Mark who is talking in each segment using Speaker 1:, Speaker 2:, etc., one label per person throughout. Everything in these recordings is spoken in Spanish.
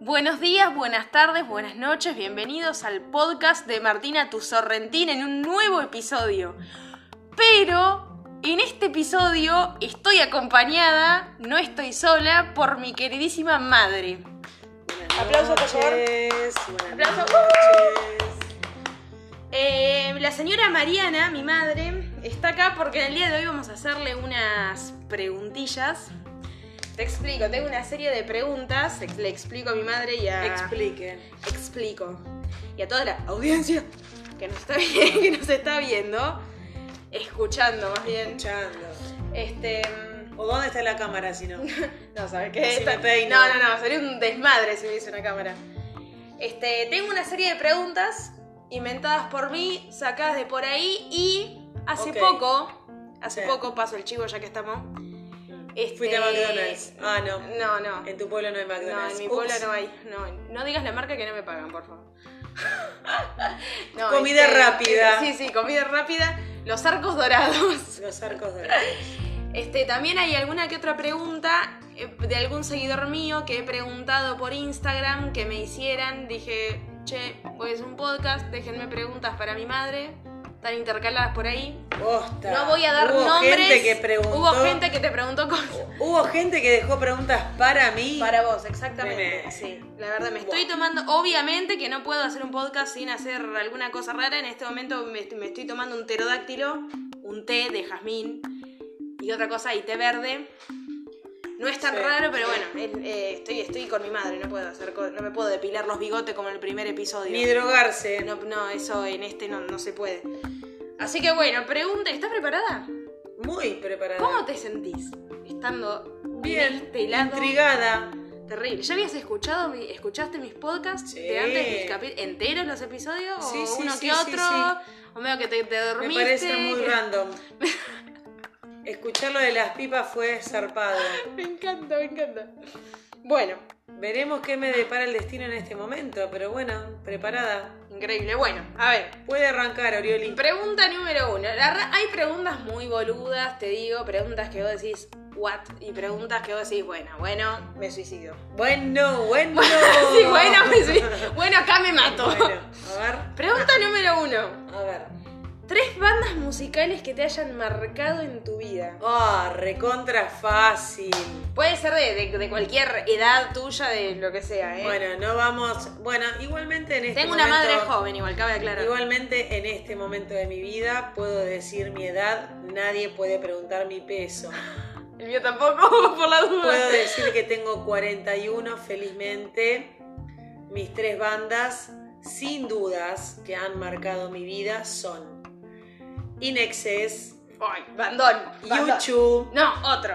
Speaker 1: Buenos días, buenas tardes, buenas noches, bienvenidos al podcast de Martina Tu Sorrentín en un nuevo episodio. Pero en este episodio estoy acompañada, no estoy sola, por mi queridísima madre.
Speaker 2: Aplauso, por favor.
Speaker 1: Aplauso. Eh, la señora Mariana, mi madre, está acá porque en el día de hoy vamos a hacerle unas preguntillas. Te explico, tengo una serie de preguntas, ex- le explico a mi madre y a...
Speaker 2: Expliquen.
Speaker 1: explico. Y a toda la audiencia que nos está, vi- que nos está viendo, escuchando más bien.
Speaker 2: Escuchando.
Speaker 1: Este...
Speaker 2: ¿O dónde está la cámara si no?
Speaker 1: No, ¿sabes qué?
Speaker 2: Si
Speaker 1: Esta-
Speaker 2: me peino.
Speaker 1: No, no, no, sería un desmadre si hubiese una cámara. Este, tengo una serie de preguntas inventadas por mí, sacadas de por ahí y hace
Speaker 2: Ok.
Speaker 1: poco, hace
Speaker 2: Sí.
Speaker 1: poco, paso el chivo ya que estamos. Este,
Speaker 2: Fuiste a McDonald's. Ah, no.
Speaker 1: No, no.
Speaker 2: En tu pueblo no hay
Speaker 1: No,
Speaker 2: McDonald's.
Speaker 1: en mi
Speaker 2: Ups.
Speaker 1: pueblo no hay. No, no digas la marca que no me pagan, por favor. No,
Speaker 2: Comida
Speaker 1: este,
Speaker 2: rápida.
Speaker 1: Sí, sí, comida rápida. Los arcos dorados.
Speaker 2: Los arcos de
Speaker 1: Este, también hay alguna que otra pregunta eh, de algún seguidor mío que he preguntado por Instagram que me hicieran. Dije, che, voy a hacer un podcast, déjenme preguntas para mi madre. Están intercaladas por ahí.
Speaker 2: Bosta.
Speaker 1: No voy a dar
Speaker 2: Hubo
Speaker 1: nombres.
Speaker 2: Gente que preguntó,
Speaker 1: Hubo gente que te preguntó cosas.
Speaker 2: Hubo gente que dejó preguntas para mí.
Speaker 1: Para vos, exactamente.
Speaker 2: Nene.
Speaker 1: Sí, la verdad, me estoy tomando. Obviamente que no puedo hacer un podcast sin hacer alguna cosa rara. En este momento me, est- me estoy tomando un pterodáctilo, un té de jazmín y otra cosa, y té verde. No es tan
Speaker 2: Sí.
Speaker 1: raro, pero bueno, el- eh, estoy, estoy con mi madre, no puedo hacer co- no me puedo depilar los bigotes como en el primer episodio.
Speaker 2: Ni drogarse.
Speaker 1: no, no, eso en este no, no se puede. Así que bueno, pregunta, ¿estás preparada?
Speaker 2: Muy preparada.
Speaker 1: ¿Cómo te sentís estando
Speaker 2: Bien.
Speaker 1: en este lado?
Speaker 2: Intrigada.
Speaker 1: Terrible. ¿Ya habías escuchado, mi- escuchaste mis podcasts
Speaker 2: Sí.
Speaker 1: de antes, mis capi- enteros los episodios?
Speaker 2: Sí,
Speaker 1: ¿O
Speaker 2: sí,
Speaker 1: uno
Speaker 2: sí,
Speaker 1: que
Speaker 2: sí,
Speaker 1: otro? ¿O medio que te, te
Speaker 2: Me
Speaker 1: dormiste?
Speaker 2: parece muy
Speaker 1: que-
Speaker 2: random. Escuchar lo de las pipas fue zarpado.
Speaker 1: Me encanta, me encanta. Bueno,
Speaker 2: Veremos qué me depara el destino en este momento, pero bueno, preparada.
Speaker 1: increíble. Bueno, a ver.
Speaker 2: Puede arrancar, Orioli.
Speaker 1: Pregunta número uno. La ra- hay preguntas muy boludas, te digo. Preguntas que vos decís, what? Y preguntas que vos decís, bueno, bueno, me suicido.
Speaker 2: Bueno, bueno.
Speaker 1: sí, bueno, me suicido. Bueno, acá me mato.
Speaker 2: Bueno, a ver,
Speaker 1: Pregunta número uno.
Speaker 2: a ver.
Speaker 1: Tres bandas musicales que te hayan marcado en tu vida.
Speaker 2: Ah, recontra fácil.
Speaker 1: Puede ser de, de- de cualquier edad tuya, de lo que sea, ¿eh?
Speaker 2: Bueno, no vamos. Bueno, igualmente en este
Speaker 1: Tengo una
Speaker 2: momento.
Speaker 1: madre joven, igual cabe aclarar.
Speaker 2: Igualmente en este momento de mi vida puedo decir mi edad, nadie puede preguntar mi peso.
Speaker 1: El mío tampoco, por la duda.
Speaker 2: Puedo decir que tengo 41, felizmente. Mis tres bandas, sin dudas, que han marcado mi vida son In Excess,
Speaker 1: Ay, bandón. bandón.
Speaker 2: YouTube.
Speaker 1: No, otro.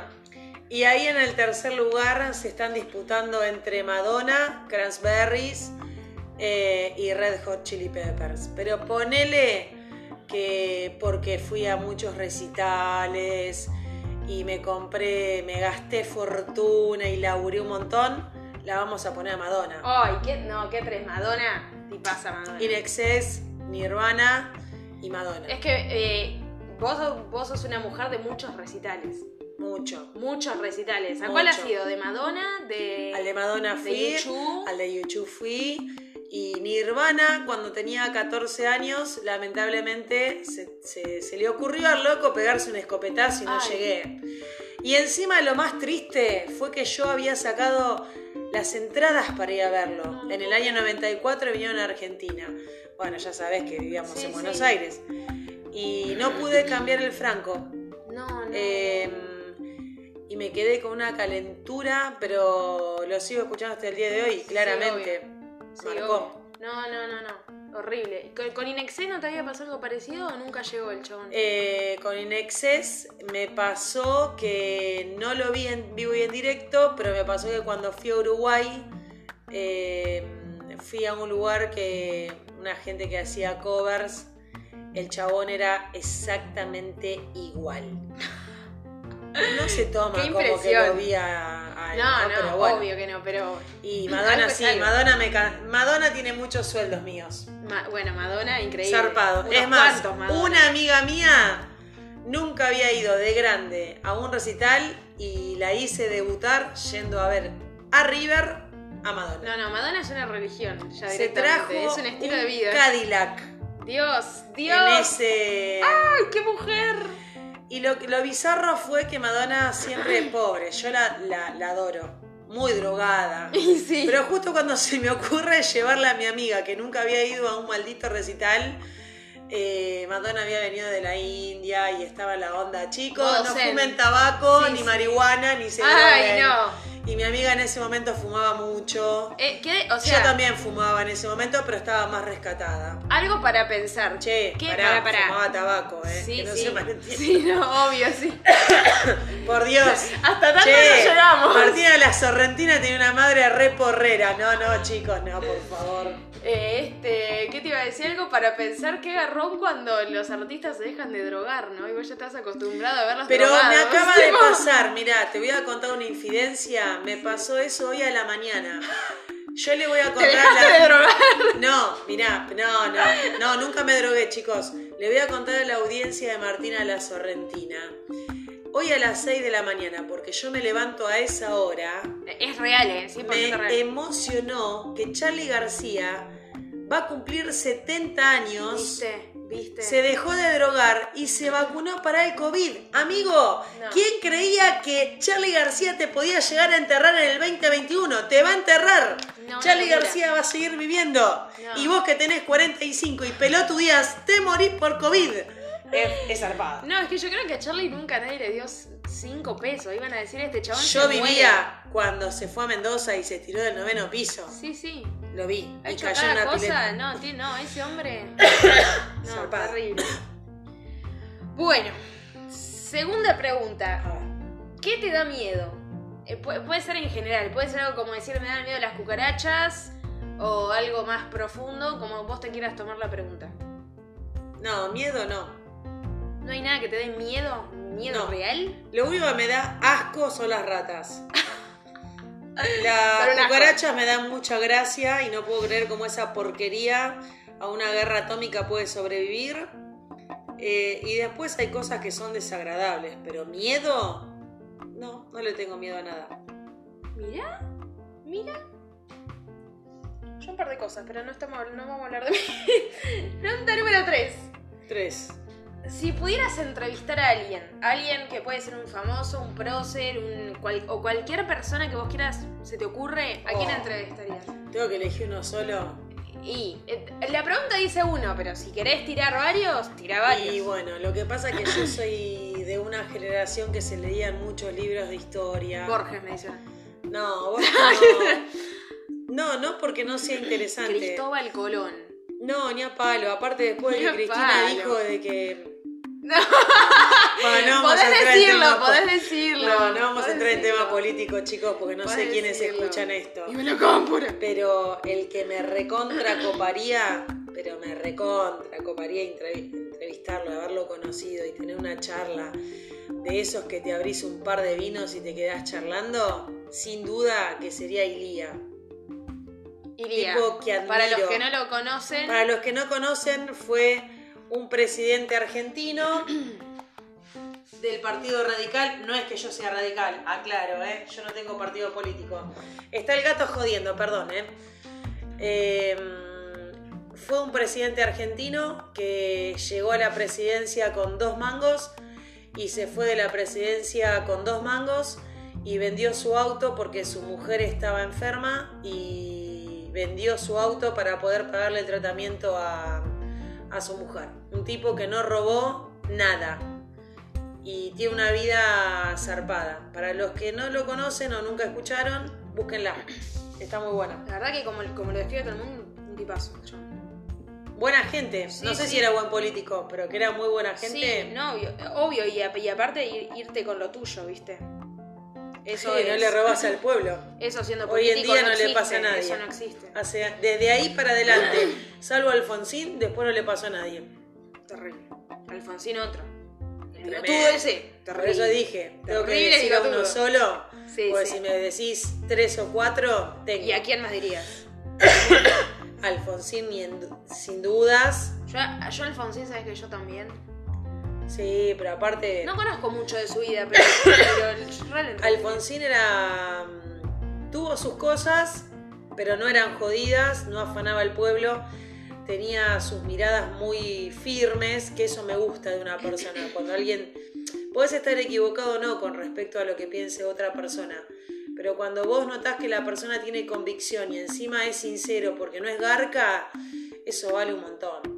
Speaker 2: Y ahí en el tercer lugar se están disputando entre Madonna, Cranberries eh, y Red Hot Chili Peppers. Pero ponele que porque fui a muchos recitales y me compré, me gasté fortuna y laburé un montón, la vamos a poner a Madonna.
Speaker 1: Ay, ¿qué? No, ¿qué tres? Madonna. Y pasa Madonna.
Speaker 2: In Excess, Nirvana y Madonna.
Speaker 1: Es que eh, vos, sos- vos sos una mujer de muchos recitales.
Speaker 2: Mucho.
Speaker 1: Muchos recitales. ¿A cuál has
Speaker 2: Mucho.
Speaker 1: sido? ¿De Madonna? ¿De,
Speaker 2: Al de Madonna fui.
Speaker 1: de YouTube?
Speaker 2: Al de YouTube fui. Y Nirvana, cuando tenía 14 años, lamentablemente se, se- se le ocurrió al loco pegarse un escopetazo y no
Speaker 1: Ay.
Speaker 2: llegué. Y encima lo más triste fue que yo había sacado las entradas para ir a verlo. En el año 94 vinieron a Argentina. Bueno, ya sabés que vivíamos
Speaker 1: Sí,
Speaker 2: en
Speaker 1: sí.
Speaker 2: Buenos Aires. Y no pude cambiar el franco.
Speaker 1: No, no.
Speaker 2: Eh, Em, y me quedé con una calentura, pero lo sigo escuchando hasta el día de hoy, claramente.
Speaker 1: Sí,
Speaker 2: marcó.
Speaker 1: obvio. No, no, no, no. Horrible. ¿Con, con Inexé no te había pasado algo parecido o nunca llegó el chabón?
Speaker 2: Eh, con Inexes me pasó que no lo vi en vivo y en directo, pero me pasó que cuando fui a Uruguay, eh, fui a un lugar que una gente que hacía covers, el chabón era exactamente igual. No se toma
Speaker 1: Qué
Speaker 2: como que
Speaker 1: impresión.
Speaker 2: lo vi a, a-
Speaker 1: no, no,
Speaker 2: pero bueno.
Speaker 1: obvio que no, pero.
Speaker 2: Y Madonna
Speaker 1: Algo es
Speaker 2: sí,
Speaker 1: pues algo.
Speaker 2: Madonna me can- Madonna tiene muchos sueldos míos.
Speaker 1: Ma- bueno, Madonna, increíble.
Speaker 2: Zarpado.
Speaker 1: Unos
Speaker 2: Es más,
Speaker 1: cuantos Madonna.
Speaker 2: una amiga mía nunca había ido de grande a un recital y la hice debutar yendo a ver a River, a Madonna.
Speaker 1: No, no, Madonna es una religión. Ya
Speaker 2: Se trajo
Speaker 1: directamente, Es un estilo de vida.
Speaker 2: Cadillac
Speaker 1: Dios,
Speaker 2: en
Speaker 1: Dios.
Speaker 2: ese...
Speaker 1: ¡Ay, qué mujer!
Speaker 2: Y lo, lo bizarro fue que Madonna siempre pobre, yo la, la, la adoro, muy drogada.
Speaker 1: Y sí.
Speaker 2: Pero justo cuando se me ocurre llevarla a mi amiga, que nunca había ido a un maldito recital, eh, Madonna había venido de la India y estaba la onda, chicos,
Speaker 1: Modo
Speaker 2: no
Speaker 1: Oh, zen.
Speaker 2: fumen tabaco,
Speaker 1: Sí,
Speaker 2: ni
Speaker 1: sí.
Speaker 2: marihuana, ni se
Speaker 1: ¡Ay,
Speaker 2: droguen.
Speaker 1: no!
Speaker 2: Y mi amiga en ese momento fumaba mucho.
Speaker 1: Eh, ¿qué de- o
Speaker 2: yo
Speaker 1: sea,
Speaker 2: también fumaba en ese momento, pero estaba más rescatada.
Speaker 1: algo para pensar.
Speaker 2: Che,
Speaker 1: ¿Qué? Pará,
Speaker 2: pará,
Speaker 1: pará.
Speaker 2: fumaba tabaco, ¿eh?
Speaker 1: Sí,
Speaker 2: que no
Speaker 1: sí.
Speaker 2: se malentienda.
Speaker 1: sí, no, obvio, sí.
Speaker 2: Por Dios.
Speaker 1: Hasta tanto
Speaker 2: Che,
Speaker 1: no lloramos.
Speaker 2: Martina la Sorrentina tiene una madre re porrera. No, no, chicos, no, por favor.
Speaker 1: Eh, este, ¿qué te iba a decir? Algo para pensar qué garrón cuando los artistas se dejan de drogar, ¿no? Y vos ya estás acostumbrado a verlos
Speaker 2: Pero
Speaker 1: drogados.
Speaker 2: me acaba de
Speaker 1: Tipo,
Speaker 2: pasar, mirá, te voy a contar una infidencia. Me pasó eso hoy a la mañana. Yo le voy a
Speaker 1: Te
Speaker 2: contar
Speaker 1: dejaste
Speaker 2: la-
Speaker 1: de drogar.
Speaker 2: No, mirá, no, no, no, nunca me drogué, chicos. Le voy a contar a la audiencia de Martina la Sorrentina. Hoy a las 6 de la mañana, porque yo me levanto a esa hora,
Speaker 1: Es real, ¿eh? 100% real.
Speaker 2: me emocionó que Charlie García va a cumplir 70 años.
Speaker 1: ¿Viste? ¿Viste?
Speaker 2: Se dejó de drogar y se vacunó para el COVID. Amigo, ¿quién creía que Charlie García te podía llegar a enterrar en el 2021? Te va a enterrar.
Speaker 1: No,
Speaker 2: Charlie
Speaker 1: una locura.
Speaker 2: García va a seguir viviendo.
Speaker 1: No.
Speaker 2: Y vos que tenés 45 y pelotudías, te morís por COVID. Es, es zarpado.
Speaker 1: No, es que yo creo que a Charlie nunca nadie le dio 5 pesos. Iban a decir este chabón.
Speaker 2: Yo
Speaker 1: se
Speaker 2: vivía cuando se fue a Mendoza y se tiró del noveno piso.
Speaker 1: muere. Sí, sí.
Speaker 2: Lo vi.
Speaker 1: Ha
Speaker 2: Y
Speaker 1: hecho
Speaker 2: cayó en
Speaker 1: cada
Speaker 2: una
Speaker 1: cosa.
Speaker 2: pileta.
Speaker 1: No, tío, no, ese hombre. No,
Speaker 2: Zarpado.
Speaker 1: terrible. Bueno, segunda pregunta.
Speaker 2: A ver.
Speaker 1: ¿Qué te da miedo? Eh, pu- puede ser en general, puede ser algo como decir me dan miedo las cucarachas o algo más profundo, como vos te quieras tomar la pregunta.
Speaker 2: No, miedo no.
Speaker 1: ¿No hay nada que te dé miedo? ¿Miedo
Speaker 2: No.
Speaker 1: real?
Speaker 2: Lo único que me da asco son las ratas.
Speaker 1: Son un
Speaker 2: Las
Speaker 1: asco.
Speaker 2: cucarachas me dan mucha gracia y no puedo creer cómo esa porquería a una guerra atómica puede sobrevivir. Eh, y después hay cosas que son desagradables, pero miedo, no, no le tengo miedo a nada.
Speaker 1: Mira, mira. Yo un par de cosas, pero no, estamos, no vamos a hablar de mí. Pregunta número 3.
Speaker 2: Tres.
Speaker 1: Si pudieras entrevistar a alguien, alguien que puede ser un famoso, un prócer, un cual- o cualquier persona que vos quieras, se te ocurre, ¿a quién
Speaker 2: Oh.
Speaker 1: entrevistarías?
Speaker 2: Tengo que elegir uno solo.
Speaker 1: Y eh, la pregunta dice uno, pero si querés tirar varios, tira varios.
Speaker 2: Y bueno, lo que pasa es que yo soy de una generación que se leían muchos libros de historia.
Speaker 1: Borges me dice.
Speaker 2: No, vos no. No, no porque no sea interesante.
Speaker 1: Cristóbal Colón.
Speaker 2: No, ni a palo. Aparte después de
Speaker 1: Ni
Speaker 2: que
Speaker 1: a
Speaker 2: Cristina
Speaker 1: palo.
Speaker 2: dijo de que.
Speaker 1: No.
Speaker 2: Bueno, no vamos a
Speaker 1: podés
Speaker 2: entrar en
Speaker 1: decirlo,
Speaker 2: tema po-
Speaker 1: podés decirlo.
Speaker 2: No, no vamos a
Speaker 1: podés
Speaker 2: entrar en tema
Speaker 1: decirlo.
Speaker 2: político, chicos, porque no sé
Speaker 1: Podés
Speaker 2: quiénes
Speaker 1: decirlo.
Speaker 2: escuchan esto.
Speaker 1: Y me lo compro.
Speaker 2: Pero el que me recontra coparía, pero me recontra coparía entrevi- entrevistarlo, haberlo conocido y tener una charla de esos que te abrís un par de vinos y te quedás charlando, sin duda que sería Ilía.
Speaker 1: Iría.
Speaker 2: Tipo que admiro.
Speaker 1: Para los que no lo conocen,
Speaker 2: Para los que no conocen, fue un presidente argentino del Partido Radical. No es que yo sea radical, aclaro, ¿eh? yo no tengo partido político. Está el gato jodiendo, perdón. ¿eh? Eh, fue un presidente argentino que llegó a la presidencia con dos mangos y se fue de la presidencia con dos mangos y vendió su auto porque su mujer estaba enferma y vendió su auto para poder pagarle el tratamiento a, a su mujer. Un tipo que no robó nada y tiene una vida zarpada. Para los que no lo conocen o nunca escucharon, búsquenla. Está muy buena.
Speaker 1: la verdad que como, como lo describe todo el mundo, un tipazo. yo.
Speaker 2: Buena gente.
Speaker 1: Sí,
Speaker 2: no sé
Speaker 1: sí.
Speaker 2: si era buen político, pero que era muy buena gente.
Speaker 1: Sí, no, obvio, obvio, y, a- y aparte ir- irte con lo tuyo, ¿viste?
Speaker 2: Eso
Speaker 1: Eso
Speaker 2: no
Speaker 1: es.
Speaker 2: le robas al pueblo.
Speaker 1: Eso siendo
Speaker 2: Hoy en
Speaker 1: político
Speaker 2: día
Speaker 1: no,
Speaker 2: no le
Speaker 1: existe,
Speaker 2: pasa a nadie. Ah,
Speaker 1: Eso no existe.
Speaker 2: O sea, desde ahí para adelante, salvo Alfonsín, después no le pasó a nadie.
Speaker 1: Terrible. Alfonsín otro.
Speaker 2: Tremendo.
Speaker 1: Pero tú ese.
Speaker 2: Por eso dije, tengo que
Speaker 1: Terrible
Speaker 2: decir a uno
Speaker 1: bigotudo.
Speaker 2: solo,
Speaker 1: Sí,
Speaker 2: porque
Speaker 1: sí.
Speaker 2: si me decís tres o cuatro, tengo
Speaker 1: ¿Y a quién más dirías?
Speaker 2: Alfonsín ni en- sin dudas.
Speaker 1: Yo, a- yo a Alfonsín, sabes que yo también.
Speaker 2: Sí, pero aparte,
Speaker 1: No conozco mucho de su vida, pero, pero el- yo realmente-
Speaker 2: Alfonsín era... mm, tuvo sus cosas, pero no eran jodidas, no afanaba el pueblo, tenía sus miradas muy firmes, que eso me gusta de una persona. Cuando alguien, puedes estar equivocado o no con respecto a lo que piense otra persona, pero cuando vos notás que la persona tiene convicción y encima es sincero porque no es garca, eso vale un montón.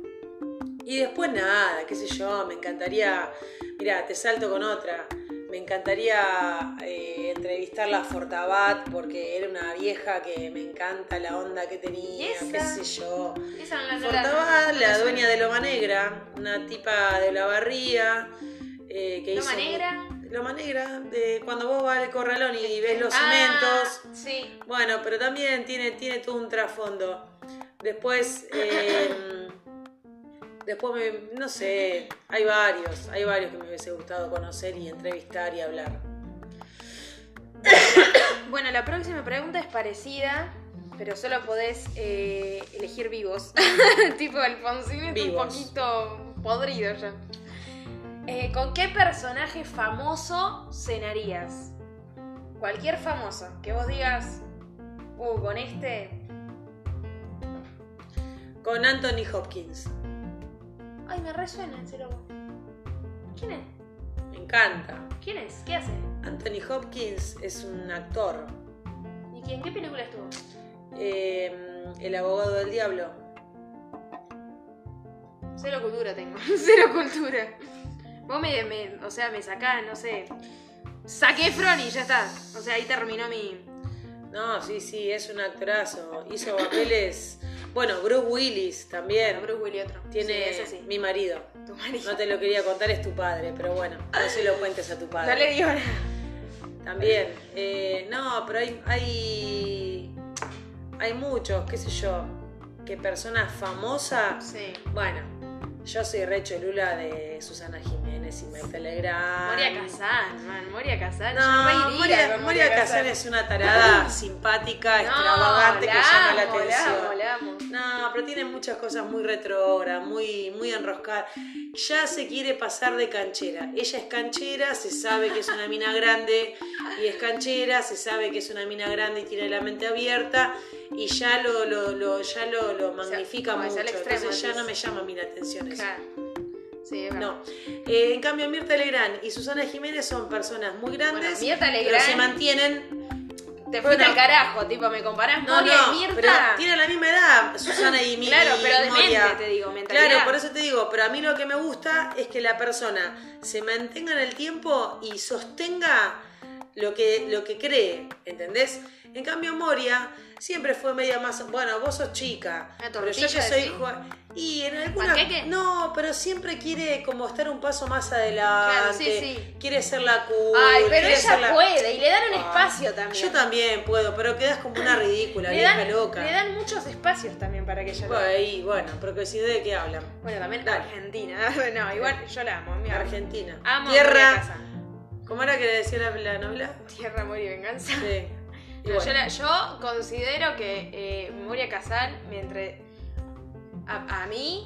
Speaker 2: Y después nada, qué sé yo, me encantaría, mira, te salto con otra. Me encantaría eh, entrevistarla a Fortabat porque era una vieja que me encanta la onda que tenía,
Speaker 1: ¿Y
Speaker 2: qué
Speaker 1: esa?
Speaker 2: sé yo.
Speaker 1: Esa no la
Speaker 2: Fortabat,
Speaker 1: no
Speaker 2: la
Speaker 1: sé.
Speaker 2: dueña de Loma Negra, una tipa de la barría. eh, que
Speaker 1: Loma
Speaker 2: hizo-
Speaker 1: Negra.
Speaker 2: Loma Negra, de cuando vos vas al corralón y ves los
Speaker 1: Ah,
Speaker 2: cimentos.
Speaker 1: Sí.
Speaker 2: Bueno, pero también tiene, tiene todo un trasfondo. Después, eh, después me- no sé, hay varios, hay varios que me hubiese gustado conocer y entrevistar y hablar.
Speaker 1: Bueno, la próxima pregunta es parecida, pero solo podés eh, elegir vivos. tipo Alfonsín está
Speaker 2: Vivos.
Speaker 1: un poquito podrido ya. Eh, ¿Con qué personaje famoso cenarías? Cualquier famoso, que vos digas, uh, con este.
Speaker 2: Con Anthony Hopkins,
Speaker 1: Ay, me resuena ese logo. ¿Quién es?
Speaker 2: me encanta.
Speaker 1: ¿Quién es? ¿Qué hace?
Speaker 2: Anthony Hopkins es un actor,
Speaker 1: ¿Y quién? ¿Qué película estuvo?
Speaker 2: eh, el abogado del diablo.
Speaker 1: Cero cultura tengo, cero cultura. Vos me, me- o sea, me sacás, no sé. Saqué Fron y ya está. O sea, ahí terminó mi.
Speaker 2: No, sí, sí, es un actorazo. Hizo papeles. Bueno, Bruce Willis también.
Speaker 1: Bueno, Bruce Willis otro. Sí,
Speaker 2: Tiene
Speaker 1: ese sí.
Speaker 2: mi marido.
Speaker 1: Tu marido.
Speaker 2: No te lo quería contar, es tu padre, pero bueno, no se lo cuentes a tu
Speaker 1: No,
Speaker 2: padre.
Speaker 1: le digo nada.
Speaker 2: También. eh, no, pero hay, hay. Hay muchos, qué sé yo. Que personas famosas.
Speaker 1: Sí.
Speaker 2: Bueno, yo soy re cholula de Susana Jiménez y Marta Legrand.
Speaker 1: Moria Kazan, man. Moria Kazan.
Speaker 2: No,
Speaker 1: Yo reiría
Speaker 2: Moria,
Speaker 1: con
Speaker 2: Moria Kazan es una tarada simpática, extravagante que llama la
Speaker 1: amo,
Speaker 2: atención.
Speaker 1: amo, la amo.
Speaker 2: No, pero tiene muchas cosas muy retrógradas, muy, muy enroscadas. Ya se quiere pasar de canchera. Ella es canchera, se sabe que es una mina grande y es canchera, se sabe que es una mina grande y tiene la mente abierta y ya lo, lo, lo- ya lo, lo magnifica
Speaker 1: como es
Speaker 2: mucho.
Speaker 1: al extremo,
Speaker 2: Entonces ya
Speaker 1: decís.
Speaker 2: no me llama mi atención eso.
Speaker 1: Claro. Sí, es verdad.
Speaker 2: No. Eh, en cambio, Mirta Legrand y Susana Jiménez son personas muy grandes,
Speaker 1: Mirta
Speaker 2: pero
Speaker 1: Legrand-
Speaker 2: se mantienen.
Speaker 1: Te fuiste
Speaker 2: Bueno.
Speaker 1: al carajo, tipo, me comparás
Speaker 2: No,
Speaker 1: Moria
Speaker 2: no,
Speaker 1: y Mirta.
Speaker 2: pero tienen la misma edad, Susana y Mirta.
Speaker 1: Claro, pero de mente te digo, mentalidad.
Speaker 2: Claro, por eso te digo, pero a mí lo que me gusta es que la persona se mantenga en el tiempo y sostenga lo que, lo que cree, ¿entendés? En cambio, Moria siempre fue media más. Bueno, vos sos chica,
Speaker 1: Una
Speaker 2: pero yo
Speaker 1: tortilla,
Speaker 2: ya soy
Speaker 1: ¿sí?
Speaker 2: joven. Y en alguna.
Speaker 1: ¿Panqueque?
Speaker 2: No, pero siempre quiere como estar un paso más adelante.
Speaker 1: Claro, sí, sí.
Speaker 2: Quiere ser la cool.
Speaker 1: Ay, pero
Speaker 2: quiere ser
Speaker 1: ella
Speaker 2: la-
Speaker 1: puede y le dan un
Speaker 2: Ay,
Speaker 1: espacio también.
Speaker 2: Yo también puedo, pero quedas como una ridícula,
Speaker 1: Le
Speaker 2: vieja
Speaker 1: dan,
Speaker 2: loca.
Speaker 1: le dan muchos espacios también para que ella lo
Speaker 2: Bueno, y bueno, pero que si de qué hablan.
Speaker 1: Bueno, también
Speaker 2: Dale.
Speaker 1: Argentina. No, igual yo la amo. Mi
Speaker 2: Argentina.
Speaker 1: Amo Moria
Speaker 2: Tierra.
Speaker 1: Kazan.
Speaker 2: ¿Cómo era que le decía la, la novela?
Speaker 1: Tierra, amor y venganza.
Speaker 2: Sí. Y
Speaker 1: No,
Speaker 2: bueno,
Speaker 1: yo, la- yo considero que eh, Moria Casal, mientras. A, a mí,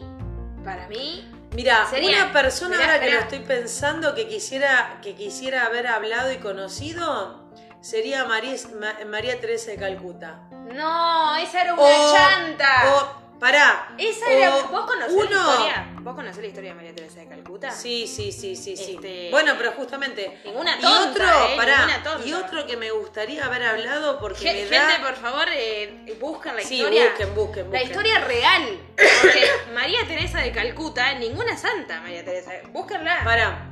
Speaker 1: para mí.
Speaker 2: Mirá,
Speaker 1: sería-
Speaker 2: una persona
Speaker 1: mirá,
Speaker 2: ahora que
Speaker 1: mirá.
Speaker 2: lo estoy pensando que quisiera, que quisiera haber hablado y conocido sería María, Ma- María Teresa de Calcuta.
Speaker 1: No, esa era una
Speaker 2: O-
Speaker 1: chanta.
Speaker 2: O, pará.
Speaker 1: esa era.
Speaker 2: o
Speaker 1: ¿Vos conocés
Speaker 2: uno-
Speaker 1: la historia? ¿Vos conocés la historia de María Teresa de Calcuta?
Speaker 2: Sí, sí, sí, sí, sí.
Speaker 1: Este-
Speaker 2: Bueno, pero justamente.
Speaker 1: Ninguna
Speaker 2: y
Speaker 1: tonta,
Speaker 2: otro,
Speaker 1: eh,
Speaker 2: pará,
Speaker 1: ninguna tonta.
Speaker 2: y otro que me gustaría haber hablado porque
Speaker 1: Gen-
Speaker 2: me
Speaker 1: Gente,
Speaker 2: da.
Speaker 1: por favor, eh, buscan la
Speaker 2: sí,
Speaker 1: historia.
Speaker 2: busquen, busquen, busquen.
Speaker 1: La historia real. Porque María Teresa de Calcuta, ninguna santa María Teresa. Búsquenla.
Speaker 2: Pará,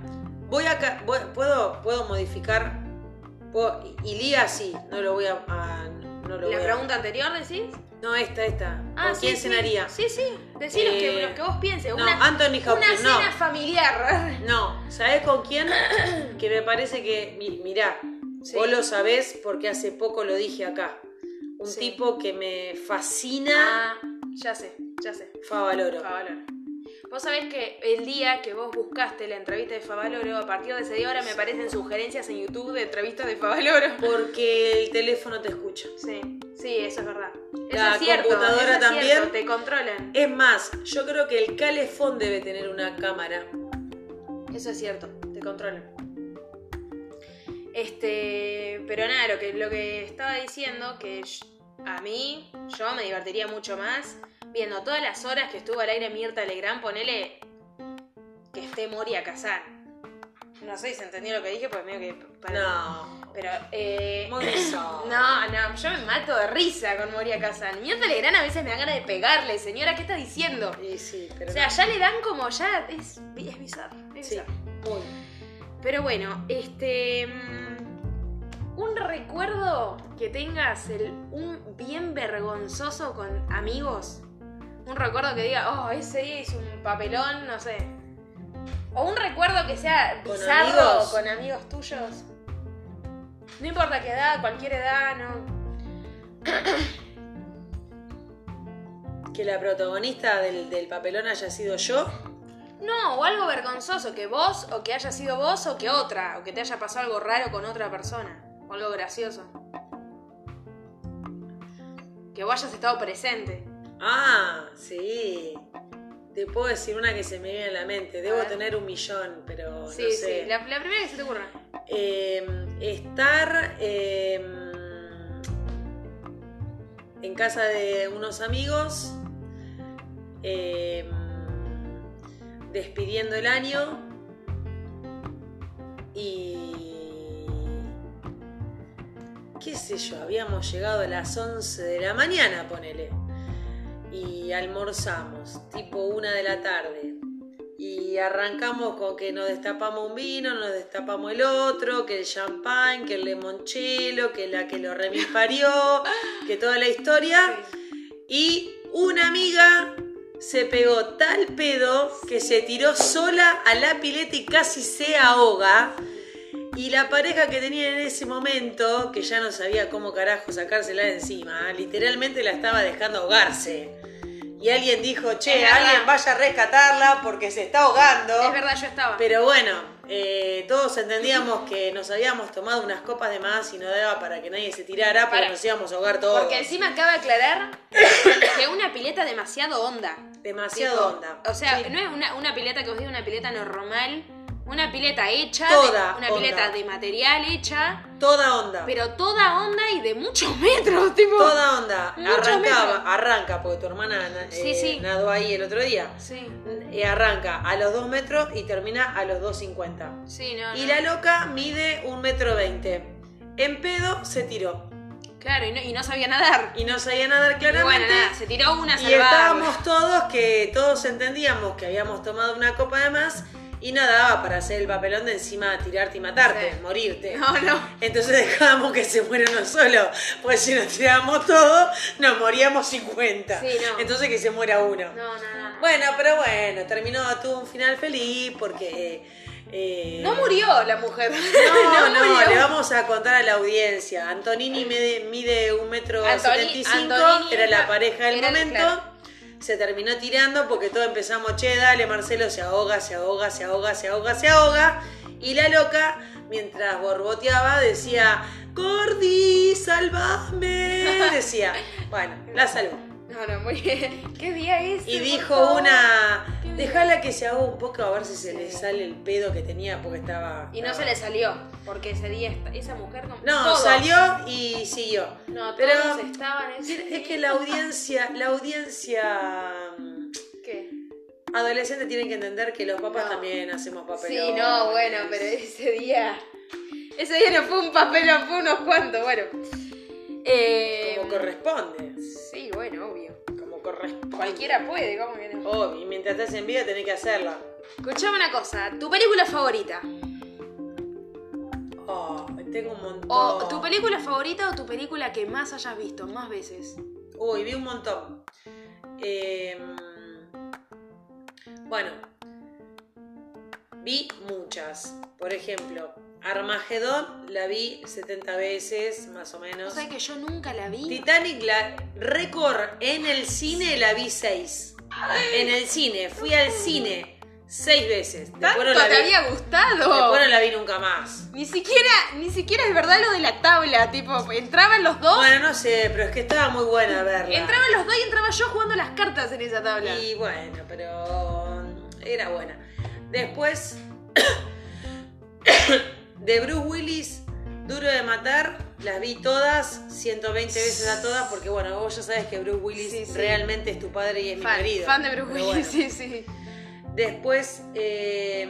Speaker 2: voy acá, voy- puedo, puedo modificar. Puedo- y Lía sí, no lo voy a. a- no lo voy
Speaker 1: la
Speaker 2: a-
Speaker 1: pregunta anterior decís.
Speaker 2: No, esta, esta.
Speaker 1: Ah,
Speaker 2: ¿Con quién
Speaker 1: sí,
Speaker 2: cenaría?
Speaker 1: Sí, sí. Decí los, que,
Speaker 2: Eh,
Speaker 1: los que vos pienses.
Speaker 2: No,
Speaker 1: una
Speaker 2: Anthony
Speaker 1: una
Speaker 2: Hopkins, no.
Speaker 1: cena familiar.
Speaker 2: No, ¿sabés con quién? que me parece que. mi- Mirá,
Speaker 1: Sí.
Speaker 2: vos lo sabés porque hace poco lo dije acá. Un
Speaker 1: Sí.
Speaker 2: tipo que me fascina.
Speaker 1: Ah, ya sé, ya sé.
Speaker 2: Favaloro.
Speaker 1: Favaloro. Vos sabés que el día que vos buscaste la entrevista de Favaloro, a partir de ese día ahora me aparecen sugerencias en YouTube de entrevistas de Favaloro.
Speaker 2: Porque el teléfono te escucha.
Speaker 1: Sí, sí, eso es verdad. Eso
Speaker 2: La
Speaker 1: es cierto.
Speaker 2: computadora
Speaker 1: eso es
Speaker 2: también.
Speaker 1: cierto, te controlan.
Speaker 2: Es más, yo creo que el calefón debe tener una cámara.
Speaker 1: Eso es cierto, te controlan. Este, pero nada, lo que, lo que estaba diciendo, que sh- a mí, yo me divertiría mucho más viendo todas las horas que estuvo al aire Mirta Legrand, ponele que esté Moria Kazan. No sé si se entendió lo que dije, pues medio que...
Speaker 2: No.
Speaker 1: Pero, eh...
Speaker 2: Muy eso.
Speaker 1: No, no, yo me mato de risa con Moria Kazan. Mirta Legrand a veces me da ganas de pegarle, señora, ¿qué está diciendo?
Speaker 2: Y sí, pero.
Speaker 1: O sea, ya le dan como ya... Es, es bizarro,
Speaker 2: no.
Speaker 1: es
Speaker 2: Sí,
Speaker 1: bizarro.
Speaker 2: muy.
Speaker 1: Pero bueno, este. mm, Un recuerdo que tengas el, un bien vergonzoso con amigos. Un recuerdo que diga, oh, ese día hice un papelón, no sé. O un recuerdo que sea
Speaker 2: ¿Con
Speaker 1: bizarro
Speaker 2: amigos?
Speaker 1: con amigos tuyos. No importa qué edad, cualquier edad, no.
Speaker 2: Que la protagonista del, del papelón haya sido yo.
Speaker 1: No, o algo vergonzoso, que vos, o que haya sido vos, o que otra, o que te haya pasado algo raro con otra persona, o algo gracioso. Que vos hayas estado presente.
Speaker 2: Ah, sí. Te puedo decir una que se me viene a la mente. Debo
Speaker 1: ver.
Speaker 2: tener un millón, pero
Speaker 1: sí,
Speaker 2: no sé.
Speaker 1: sí, la, la primera que se te ocurra.
Speaker 2: Eh, estar eh, en casa de unos amigos, eh, despidiendo el año y... qué sé yo, habíamos llegado a las 11 de la mañana, ponele, y almorzamos, tipo una de la tarde. Y arrancamos con que nos destapamos un vino, nos destapamos el otro, que el champán, que el limonchelo, que la que lo remis parió, que toda la historia. Y una amiga se pegó tal pedo que se tiró sola a la pileta y casi se ahoga. Y la pareja que tenía en ese momento, que ya no sabía cómo carajo sacársela de encima, literalmente la estaba dejando ahogarse. Y alguien dijo, che,
Speaker 1: Es verdad.
Speaker 2: alguien vaya a rescatarla porque se está ahogando.
Speaker 1: Es verdad, yo estaba.
Speaker 2: Pero bueno, eh, todos entendíamos que nos habíamos tomado unas copas de más y no daba para que nadie se tirara porque
Speaker 1: Para.
Speaker 2: nos íbamos a ahogar todos.
Speaker 1: Porque encima acaba de aclarar que una pileta demasiado honda. Tipo,
Speaker 2: Demasiado onda.
Speaker 1: O sea,
Speaker 2: Sí.
Speaker 1: no es una, una pileta que os diga una pileta normal, una pileta hecha,
Speaker 2: Toda
Speaker 1: de- una
Speaker 2: onda.
Speaker 1: pileta de material hecha,
Speaker 2: Toda onda.
Speaker 1: pero toda onda y de muchos metros, tipo.
Speaker 2: Toda onda.
Speaker 1: Mucho menos.
Speaker 2: Arrancaba, arranca, porque tu hermana na- eh,
Speaker 1: Sí, sí.
Speaker 2: nadó ahí el otro día.
Speaker 1: Sí,
Speaker 2: Eh, arranca a los 2 metros y termina a los 2.50.
Speaker 1: sí, no.
Speaker 2: Y
Speaker 1: no.
Speaker 2: la loca mide un metro veinte. En pedo se tiró.
Speaker 1: Claro, y no, y no sabía nadar.
Speaker 2: Y no sabía nadar
Speaker 1: Y
Speaker 2: claramente.
Speaker 1: bueno, nada, se tiró una
Speaker 2: Y
Speaker 1: salvada.
Speaker 2: estábamos todos que todos entendíamos que habíamos tomado una copa de más y nada daba para hacer el papelón de encima tirarte y matarte,
Speaker 1: Sí.
Speaker 2: morirte.
Speaker 1: No, no.
Speaker 2: Entonces dejábamos que se muera uno solo, pues si nos tirábamos todos, nos moríamos 50.
Speaker 1: Sí, no.
Speaker 2: Entonces que se muera uno.
Speaker 1: No, no, no. no.
Speaker 2: Bueno, pero bueno, terminó, tuvo un final feliz porque... eh, eh,
Speaker 1: No murió la mujer.
Speaker 2: no, no,
Speaker 1: murió.
Speaker 2: le vamos a contar a la audiencia. Antonini mide, mide un metro
Speaker 1: Antoni-
Speaker 2: 75,
Speaker 1: Antonini
Speaker 2: era la
Speaker 1: era-
Speaker 2: pareja del
Speaker 1: era-
Speaker 2: momento.
Speaker 1: claro.
Speaker 2: Se terminó tirando porque todos empezamos, che, dale, Marcelo, se ahoga, se ahoga, se ahoga, se ahoga, se ahoga. Y la loca, mientras borboteaba, decía, Cordy, salvame. Decía, bueno, la salvó.
Speaker 1: No, no, muy bien. ¿Qué día es?
Speaker 2: Y
Speaker 1: por
Speaker 2: dijo
Speaker 1: favor?
Speaker 2: una,
Speaker 1: Qué bien.
Speaker 2: déjala que se ahogue un poco a ver si se le sale el pedo que tenía porque estaba...
Speaker 1: Y no se le salió, porque ese día esta- esa mujer no.
Speaker 2: No,
Speaker 1: todos.
Speaker 2: salió y siguió.
Speaker 1: No,
Speaker 2: Pero-
Speaker 1: todos estaban en ese
Speaker 2: Es que
Speaker 1: día.
Speaker 2: la audiencia, la audiencia mm,
Speaker 1: ¿Qué?
Speaker 2: adolescente tienen que entender que los papás
Speaker 1: No.
Speaker 2: también hacemos papelones.
Speaker 1: Sí, no, bueno, pero ese día. Ese día no fue un papelón, fue unos cuantos, bueno. Eh,
Speaker 2: Como corresponde.
Speaker 1: Sí, bueno, obvio.
Speaker 2: Como corresponde.
Speaker 1: Cualquiera puede, ¿cómo que no?
Speaker 2: Oh, y mientras estás en vida tenés que hacerla.
Speaker 1: Escuchame una cosa, tu película favorita.
Speaker 2: Oh, tengo un montón.
Speaker 1: O Oh, tu película favorita o tu película que más hayas visto, más veces.
Speaker 2: Uy, vi un montón. Eh, bueno, vi muchas. Por ejemplo, Armagedón la vi 70 veces, más o
Speaker 1: O
Speaker 2: menos.
Speaker 1: sea que yo nunca la vi.
Speaker 2: Titanic, la récord en el cine la vi seis. En el cine, fui al cine seis veces. Después
Speaker 1: Tanto
Speaker 2: no
Speaker 1: te
Speaker 2: la vi,
Speaker 1: había gustado.
Speaker 2: después no la vi nunca más.
Speaker 1: Ni siquiera, ni siquiera es verdad lo de la tabla, tipo, entraban los dos,
Speaker 2: Bueno, no sé, pero es que estaba muy buena verla.
Speaker 1: entraban los dos y entraba yo jugando las cartas en esa tabla.
Speaker 2: Y bueno, pero era buena. Después de Bruce Willis, Duro de Matar, Las vi todas, 120 veces a todas, porque bueno, vos ya sabes que Bruce Willis
Speaker 1: Sí, sí.
Speaker 2: realmente es tu padre y es mi
Speaker 1: Fan,
Speaker 2: querido.
Speaker 1: fan de Bruce
Speaker 2: Pero
Speaker 1: Willis, sí,
Speaker 2: bueno.
Speaker 1: sí.
Speaker 2: Después, eh,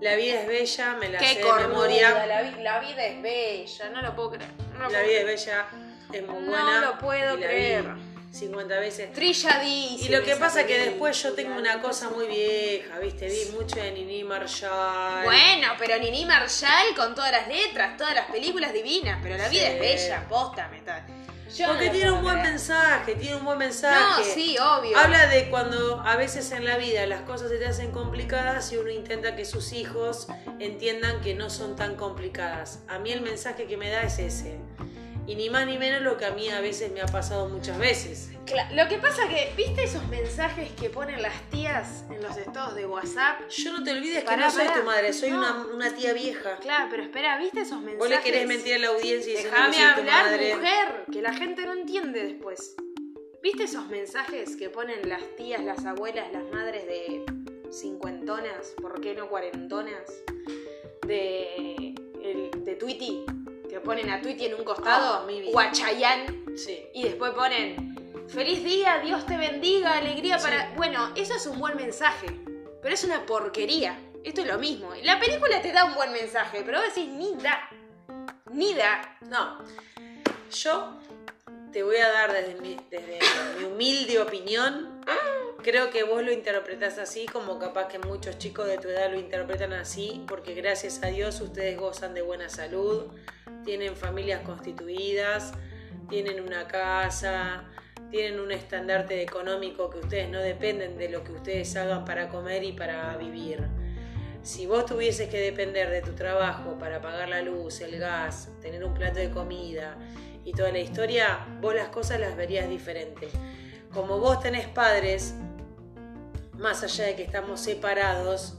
Speaker 2: La vida es bella, me la sé
Speaker 1: Qué
Speaker 2: de memoria.
Speaker 1: cornuda, la, vi- la vida es bella, no lo puedo creer. No lo
Speaker 2: La
Speaker 1: puedo
Speaker 2: vida es
Speaker 1: creer.
Speaker 2: bella, es muy
Speaker 1: No
Speaker 2: buena.
Speaker 1: lo puedo
Speaker 2: y la vi
Speaker 1: creer.
Speaker 2: 50 veces.
Speaker 1: Trilladísima
Speaker 2: Y lo que
Speaker 1: esa
Speaker 2: pasa es que
Speaker 1: película,
Speaker 2: después yo tengo
Speaker 1: no
Speaker 2: una
Speaker 1: puedo
Speaker 2: cosa muy
Speaker 1: creer.
Speaker 2: vieja, ¿viste? Vi mucho de Nini Marshall.
Speaker 1: Bueno, pero Nini Marshall con todas las letras, todas las películas divinas, pero la vida
Speaker 2: Sí.
Speaker 1: es bella, posta, metal. Yo no
Speaker 2: Porque
Speaker 1: lo
Speaker 2: tiene
Speaker 1: puedo
Speaker 2: un buen
Speaker 1: creer.
Speaker 2: mensaje, tiene un buen mensaje.
Speaker 1: No, sí, obvio.
Speaker 2: Habla de cuando a veces en la vida las cosas se te hacen complicadas y uno intenta que sus hijos entiendan que no son tan complicadas. A mí el mensaje que me da es ese. Y ni más ni menos lo que a mí a veces me ha pasado muchas veces.
Speaker 1: Cla- Lo que pasa que, ¿viste esos mensajes que ponen las tías en los estados de WhatsApp?
Speaker 2: Yo no te olvides que
Speaker 1: Pará,
Speaker 2: no soy
Speaker 1: pará.
Speaker 2: tu madre, soy
Speaker 1: No.
Speaker 2: una, una tía vieja.
Speaker 1: Claro, pero espera, ¿viste esos mensajes?
Speaker 2: Vos le querés mentir a la audiencia y diciendo que
Speaker 1: Déjame
Speaker 2: soy tu
Speaker 1: hablar,
Speaker 2: madre.
Speaker 1: mujer, que la gente no entiende después. ¿Viste esos mensajes que ponen las tías, las abuelas, las madres de cincuentonas, por qué no cuarentonas, de, el- de Tweety? Que ponen a Tweety en un costado,
Speaker 2: Ah, mi vida.
Speaker 1: o a Chayanne,
Speaker 2: Sí.
Speaker 1: y después ponen, feliz día, Dios te bendiga, alegría
Speaker 2: Sí.
Speaker 1: para... Bueno, eso es un buen mensaje, pero es una porquería. Esto es lo mismo. La película te da un buen mensaje, pero vos decís, ni da, ni da.
Speaker 2: No. Yo te voy a dar desde mi, desde mi humilde opinión. Creo que vos lo interpretás así, como capaz que muchos chicos de tu edad lo interpretan así, porque gracias a Dios ustedes gozan de buena salud, tienen familias constituidas, tienen una casa, tienen un estandarte económico que ustedes no dependen de lo que ustedes hagan para comer y para vivir. Si vos tuvieses que depender de tu trabajo para pagar la luz, el gas, tener un plato de comida y toda la historia, vos las cosas las verías diferentes. Como vos tenés padres, más allá de que estamos separados,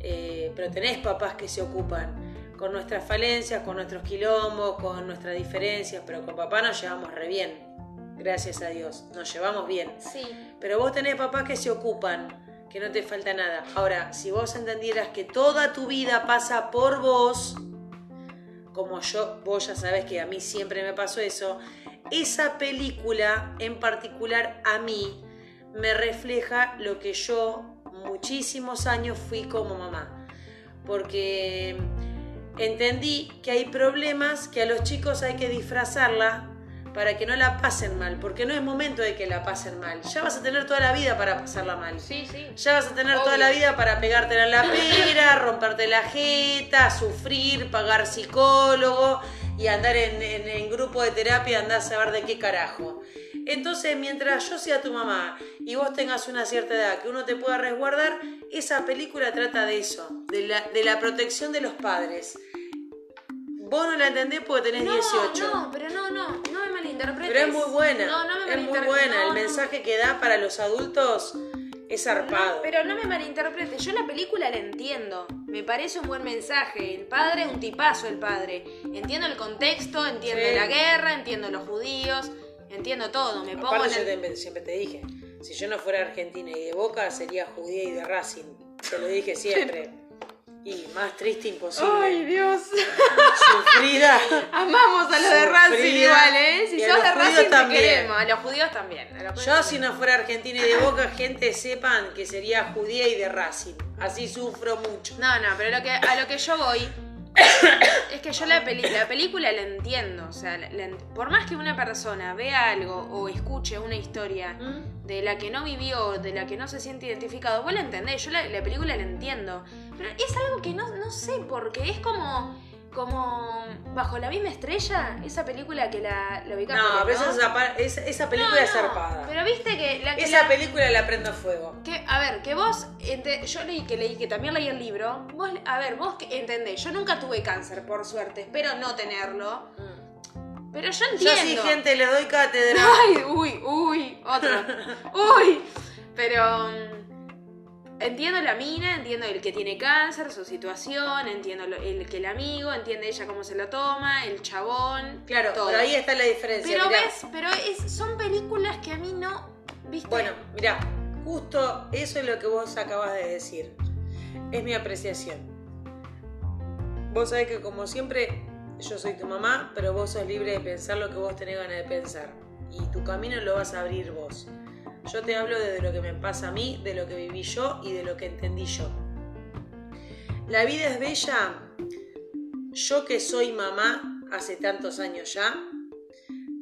Speaker 2: eh, pero tenés papás que se ocupan con nuestras falencias, con nuestros quilombos, con nuestras diferencias, pero con papá nos llevamos re bien. Gracias a Dios, nos llevamos bien.
Speaker 1: Sí,
Speaker 2: Pero vos tenés papás que se ocupan, que no te falta nada. Ahora, si vos entendieras que toda tu vida pasa por vos, como yo, vos ya sabés que a mí siempre me pasó eso, esa película en particular a mí me refleja lo que yo muchísimos años fui como mamá. Porque entendí que hay problemas que a los chicos hay que disfrazarla para que no la pasen mal, porque no es momento de que la pasen mal. Ya vas a tener toda la vida para pasarla mal.
Speaker 1: sí, sí.
Speaker 2: Ya vas a tener toda
Speaker 1: Obvio.
Speaker 2: la vida para pegártela en la pera, romperte la jeta, sufrir, pagar psicólogo y andar en, en- en grupo de terapia, andar a saber de qué carajo. Entonces, mientras yo sea tu mamá y vos tengas una cierta edad que uno te pueda resguardar, esa película trata de eso, de la, de la protección de los padres. Vos no la entendés porque tenés
Speaker 1: No,
Speaker 2: 18.
Speaker 1: no, pero no, no, no me malinterpretes.
Speaker 2: Pero es muy buena.
Speaker 1: No, no me
Speaker 2: es muy
Speaker 1: malinterpretes.
Speaker 2: buena.
Speaker 1: No,
Speaker 2: El
Speaker 1: no.
Speaker 2: mensaje que da para los adultos es zarpado.
Speaker 1: No, pero no me malinterpretes, yo la película la entiendo. Me parece un buen mensaje. El padre, un tipazo el padre. Entiendo el contexto, entiendo
Speaker 2: Sí.
Speaker 1: la guerra, entiendo los judíos, entiendo todo. Me pongo
Speaker 2: Aparte,
Speaker 1: en
Speaker 2: yo
Speaker 1: el-
Speaker 2: te- siempre te dije, si yo no fuera argentina y de Boca, sería judía y de Racing. Te lo dije siempre. Y más triste imposible.
Speaker 1: ¡Ay, Dios!
Speaker 2: Sufrida.
Speaker 1: Amamos a los de Racing
Speaker 2: Sufrida.
Speaker 1: igual, ¿eh? Si
Speaker 2: Y a
Speaker 1: sos
Speaker 2: los
Speaker 1: de
Speaker 2: judíos
Speaker 1: Racing te
Speaker 2: también.
Speaker 1: queremos. A los judíos también. a los judíos
Speaker 2: Yo si no fuera argentina y de Boca, gente, sepan que sería judía y de Racing. Así sufro mucho.
Speaker 1: No, no, pero lo que, a lo que yo voy es que yo la, peli- la película la entiendo. O sea, la- la ent- por más que una persona vea algo o escuche una historia de la que no vivió, de la que no se siente identificado, vos la entendés, yo la, la película la entiendo. Pero es algo que no, no sé por qué. Es como, como bajo la misma estrella, esa película que la, la ubicás,
Speaker 2: No, pero
Speaker 1: Julia,
Speaker 2: esa, zapa- esa- esa película
Speaker 1: No,
Speaker 2: es
Speaker 1: no,
Speaker 2: zarpada.
Speaker 1: Pero viste que la que
Speaker 2: Esa
Speaker 1: la-
Speaker 2: película la prendo a fuego.
Speaker 1: que, a ver, que vos, ente- yo leí que leí que también leí el libro, vos, a ver, vos que entendés, yo nunca tuve cáncer, por suerte, espero no tenerlo, pero yo
Speaker 2: Yo
Speaker 1: Mm. entiendo.
Speaker 2: sí, gente, les doy cátedra.
Speaker 1: Ay, uy, uy, otro, uy, pero mm, entiendo la mina, entiendo el que tiene cáncer, su situación, entiendo lo- el que el amigo, entiende ella cómo se lo toma, el chabón,
Speaker 2: Claro,
Speaker 1: todo.
Speaker 2: pero ahí está la diferencia.
Speaker 1: Pero
Speaker 2: mirá.
Speaker 1: ves, pero es, son películas que a mí no, viste.
Speaker 2: Bueno, mirá, justo eso es lo que vos acabas de decir. Es mi apreciación. Vos sabés que como siempre, yo soy tu mamá, pero vos sos libre de pensar lo que vos tenés ganas de pensar. Y tu camino lo vas a abrir vos. Yo te hablo de lo que me pasa a mí, de lo que viví yo y de lo que entendí yo. La vida es bella. Yo que soy mamá hace tantos años ya,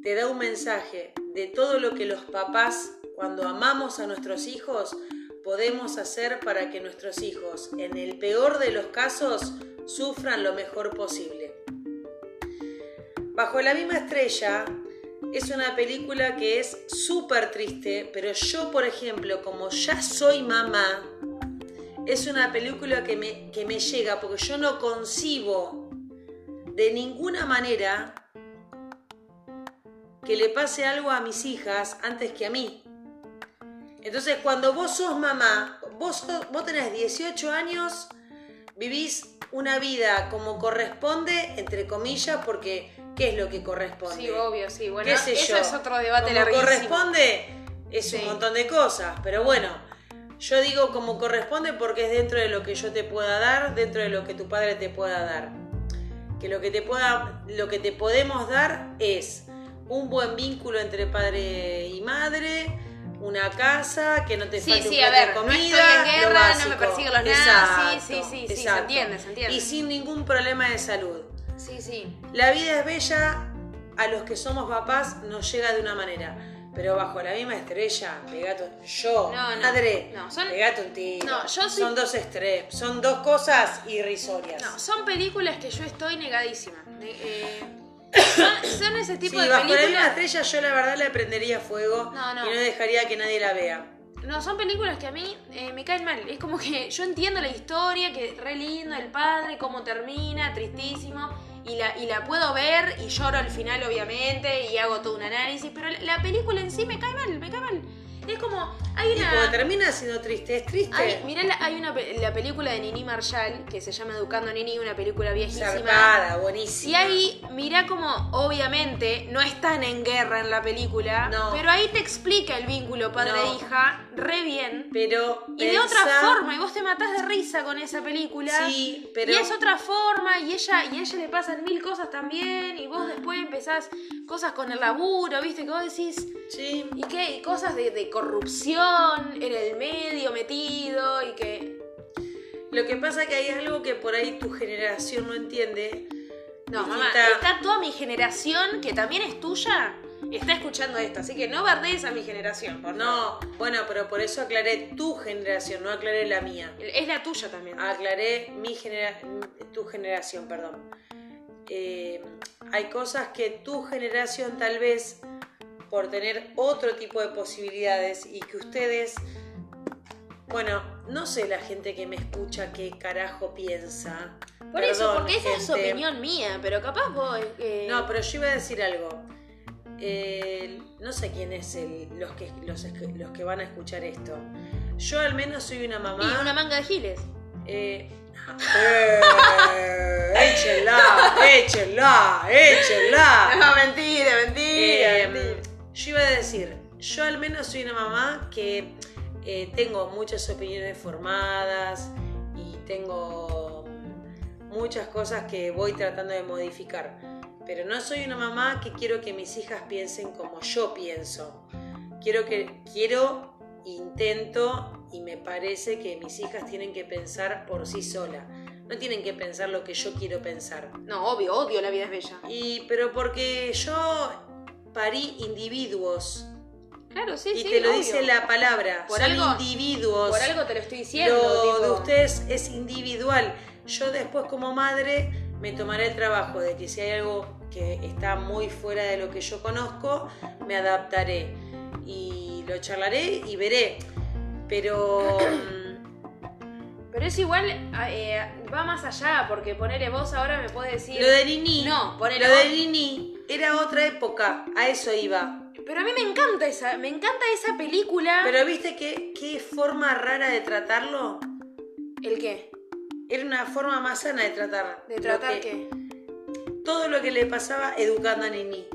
Speaker 2: te da un mensaje de todo lo que los papás, cuando amamos a nuestros hijos, podemos hacer para que nuestros hijos, en el peor de los casos, sufran lo mejor posible. Bajo la misma estrella es una película que es súper triste, pero yo, por ejemplo, como ya soy mamá, es una película que me, que me llega porque yo no concibo de ninguna manera que le pase algo a mis hijas antes que a mí. Entonces, cuando vos sos mamá, vos, sos- vos tenés 18 años, vivís una vida como corresponde, entre comillas, porque ¿qué es lo que corresponde?
Speaker 1: Sí, obvio, sí. Bueno,
Speaker 2: ¿Qué sé
Speaker 1: eso
Speaker 2: yo?
Speaker 1: es otro debate
Speaker 2: Como
Speaker 1: larguísimo.
Speaker 2: corresponde es
Speaker 1: Sí.
Speaker 2: un montón de cosas, pero bueno, yo digo como corresponde porque es dentro de lo que yo te pueda dar, dentro de lo que tu padre te pueda dar. Que lo que te pueda lo que te podemos dar es un buen vínculo entre padre y madre, una casa, que no te
Speaker 1: Sí,
Speaker 2: falte un
Speaker 1: sí, a
Speaker 2: plato
Speaker 1: ver,
Speaker 2: de
Speaker 1: no
Speaker 2: comida,
Speaker 1: estoy en
Speaker 2: lo
Speaker 1: guerra, no
Speaker 2: básico.
Speaker 1: me persiguen los nazis,
Speaker 2: Exacto,
Speaker 1: sí, sí, sí, se
Speaker 2: exacto.
Speaker 1: entiende, se entiende.
Speaker 2: Y sin ningún problema de salud.
Speaker 1: Sí, sí.
Speaker 2: La vida es bella, a los que somos papás nos llega de una manera. Pero bajo la misma estrella, pegato yo,
Speaker 1: No, no,
Speaker 2: madre,
Speaker 1: no, son-
Speaker 2: pegate un tiro.
Speaker 1: No, yo soy-
Speaker 2: Son dos estrellas, son dos cosas irrisorias.
Speaker 1: No, son películas que yo estoy negadísima. Ne- eh, son, son ese
Speaker 2: Sí,
Speaker 1: tipo de
Speaker 2: bajo la misma
Speaker 1: películas.
Speaker 2: estrella yo la verdad le prendería fuego
Speaker 1: No, no.
Speaker 2: y no dejaría que nadie la vea.
Speaker 1: No, son películas que a mí eh, me caen mal. Es como que yo entiendo la historia, que re lindo, el padre, cómo termina, tristísimo. Y la, y la puedo ver y lloro al final, obviamente, y hago todo un análisis. Pero la, la película en sí me cae mal, me cae mal. Es como, hay
Speaker 2: Y cuando
Speaker 1: una...
Speaker 2: termina siendo triste, es triste.
Speaker 1: Hay, mirá, la- hay una, pe- la película de Nini Marshall, que se llama Educando a Nini, una película viejísima.
Speaker 2: Zarpada, buenísima.
Speaker 1: Y ahí, mira como obviamente no están en guerra en la película,
Speaker 2: No.
Speaker 1: pero ahí te explica el vínculo
Speaker 2: No.
Speaker 1: padre-hija re bien.
Speaker 2: Pero
Speaker 1: Y de otra
Speaker 2: pensá-
Speaker 1: forma, y vos te matás de risa con esa película.
Speaker 2: Sí, pero
Speaker 1: Y es otra forma, y ella, y a ella le pasan mil cosas también, y vos después empezás cosas con el laburo, viste, que vos decís,
Speaker 2: Sí.
Speaker 1: y qué, y cosas de, de corrupción en el medio metido, y que.
Speaker 2: Lo que pasa que hay algo que por ahí tu generación no entiende.
Speaker 1: No, mamá,
Speaker 2: Distinta-
Speaker 1: está toda mi generación, que también es tuya, está escuchando esto. Así que no bardees a mi generación, por favor.
Speaker 2: No, bueno, pero por eso aclaré tu generación, no aclaré la mía.
Speaker 1: Es la tuya también.
Speaker 2: Ah, Aclaré mi genera tu generación, perdón. Eh, hay cosas que tu generación tal vez, por tener otro tipo de posibilidades y que ustedes, bueno, no sé la gente que me escucha qué carajo piensa.
Speaker 1: por eso,
Speaker 2: Perdón,
Speaker 1: porque esa es
Speaker 2: gente.
Speaker 1: opinión mía, pero capaz vos. eh,
Speaker 2: No, pero yo iba a decir algo. Eh, no sé quién es el- los, que, los, es- los que van a escuchar esto. Yo al menos soy una mamá.
Speaker 1: Y una manga de giles.
Speaker 2: Eh, eh, échenla, échenla, échenla.
Speaker 1: mentira, mentira.
Speaker 2: Eh, yo iba a decir, yo al menos soy una mamá que eh, tengo muchas opiniones formadas y tengo muchas cosas que voy tratando de modificar. Pero no soy una mamá que quiero que mis hijas piensen como yo pienso. Quiero que quiero, intento y me parece que mis hijas tienen que pensar por sí sola. No tienen que pensar lo que yo quiero pensar.
Speaker 1: No, obvio, odio la vida es bella.
Speaker 2: Y pero porque yo parí individuos
Speaker 1: Claro, sí,
Speaker 2: y
Speaker 1: sí.
Speaker 2: te lo
Speaker 1: obvio.
Speaker 2: dice la palabra,
Speaker 1: Por
Speaker 2: son
Speaker 1: algo-
Speaker 2: individuos.
Speaker 1: Por algo te lo estoy diciendo.
Speaker 2: lo
Speaker 1: tipo.
Speaker 2: de ustedes es individual. Yo después como madre me tomaré el trabajo de que si hay algo que está muy fuera de lo que yo conozco, me adaptaré y lo charlaré y veré. Pero mm,
Speaker 1: Pero es igual, a- eh, va más allá, porque ponele vos ahora me puedes decir.
Speaker 2: lo de Nini,
Speaker 1: No, ponele
Speaker 2: lo
Speaker 1: vos.
Speaker 2: de Nini era otra época, a eso iba.
Speaker 1: Pero a mí me encanta esa, me encanta esa película.
Speaker 2: Pero viste que qué forma rara de tratarlo.
Speaker 1: ¿El qué?
Speaker 2: Era una forma más sana de tratar.
Speaker 1: ¿De
Speaker 2: lo
Speaker 1: tratar
Speaker 2: que-
Speaker 1: qué?
Speaker 2: Todo lo que le pasaba educando a Nini.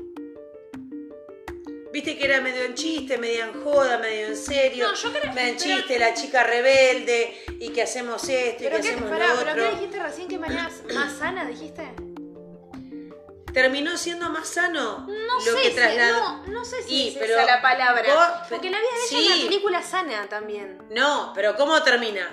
Speaker 2: Viste que era medio en chiste, medio en joda, medio en serio.
Speaker 1: No, yo creo-
Speaker 2: medio en
Speaker 1: pero-
Speaker 2: chiste, la chica rebelde, y que hacemos esto, y que
Speaker 1: Pero qué,
Speaker 2: hacemos
Speaker 1: pará,
Speaker 2: lo
Speaker 1: pero qué
Speaker 2: otro.
Speaker 1: dijiste recién que mañana es más sana, dijiste.
Speaker 2: Terminó siendo más
Speaker 1: No
Speaker 2: sano lo
Speaker 1: sé,
Speaker 2: que
Speaker 1: si-
Speaker 2: trasladó.
Speaker 1: no, no sé si
Speaker 2: Y,
Speaker 1: es
Speaker 2: pero
Speaker 1: esa la palabra.
Speaker 2: vos-
Speaker 1: Porque la vida de ella
Speaker 2: sí.
Speaker 1: es una película sana también.
Speaker 2: No, pero ¿cómo termina?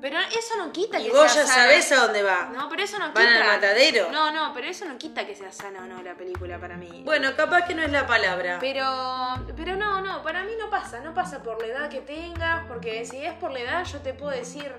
Speaker 1: Pero eso no quita
Speaker 2: Y
Speaker 1: que
Speaker 2: vos
Speaker 1: sea
Speaker 2: ya
Speaker 1: sana.
Speaker 2: sabés a dónde va.
Speaker 1: No, pero eso no
Speaker 2: Van
Speaker 1: quita.
Speaker 2: al matadero.
Speaker 1: No, no, pero eso no quita que sea sana o no la película para mí.
Speaker 2: Bueno, capaz que no es la palabra.
Speaker 1: Pero, pero no, no, para mí no pasa, no pasa por la edad que tengas, porque si es por la edad yo te puedo decir,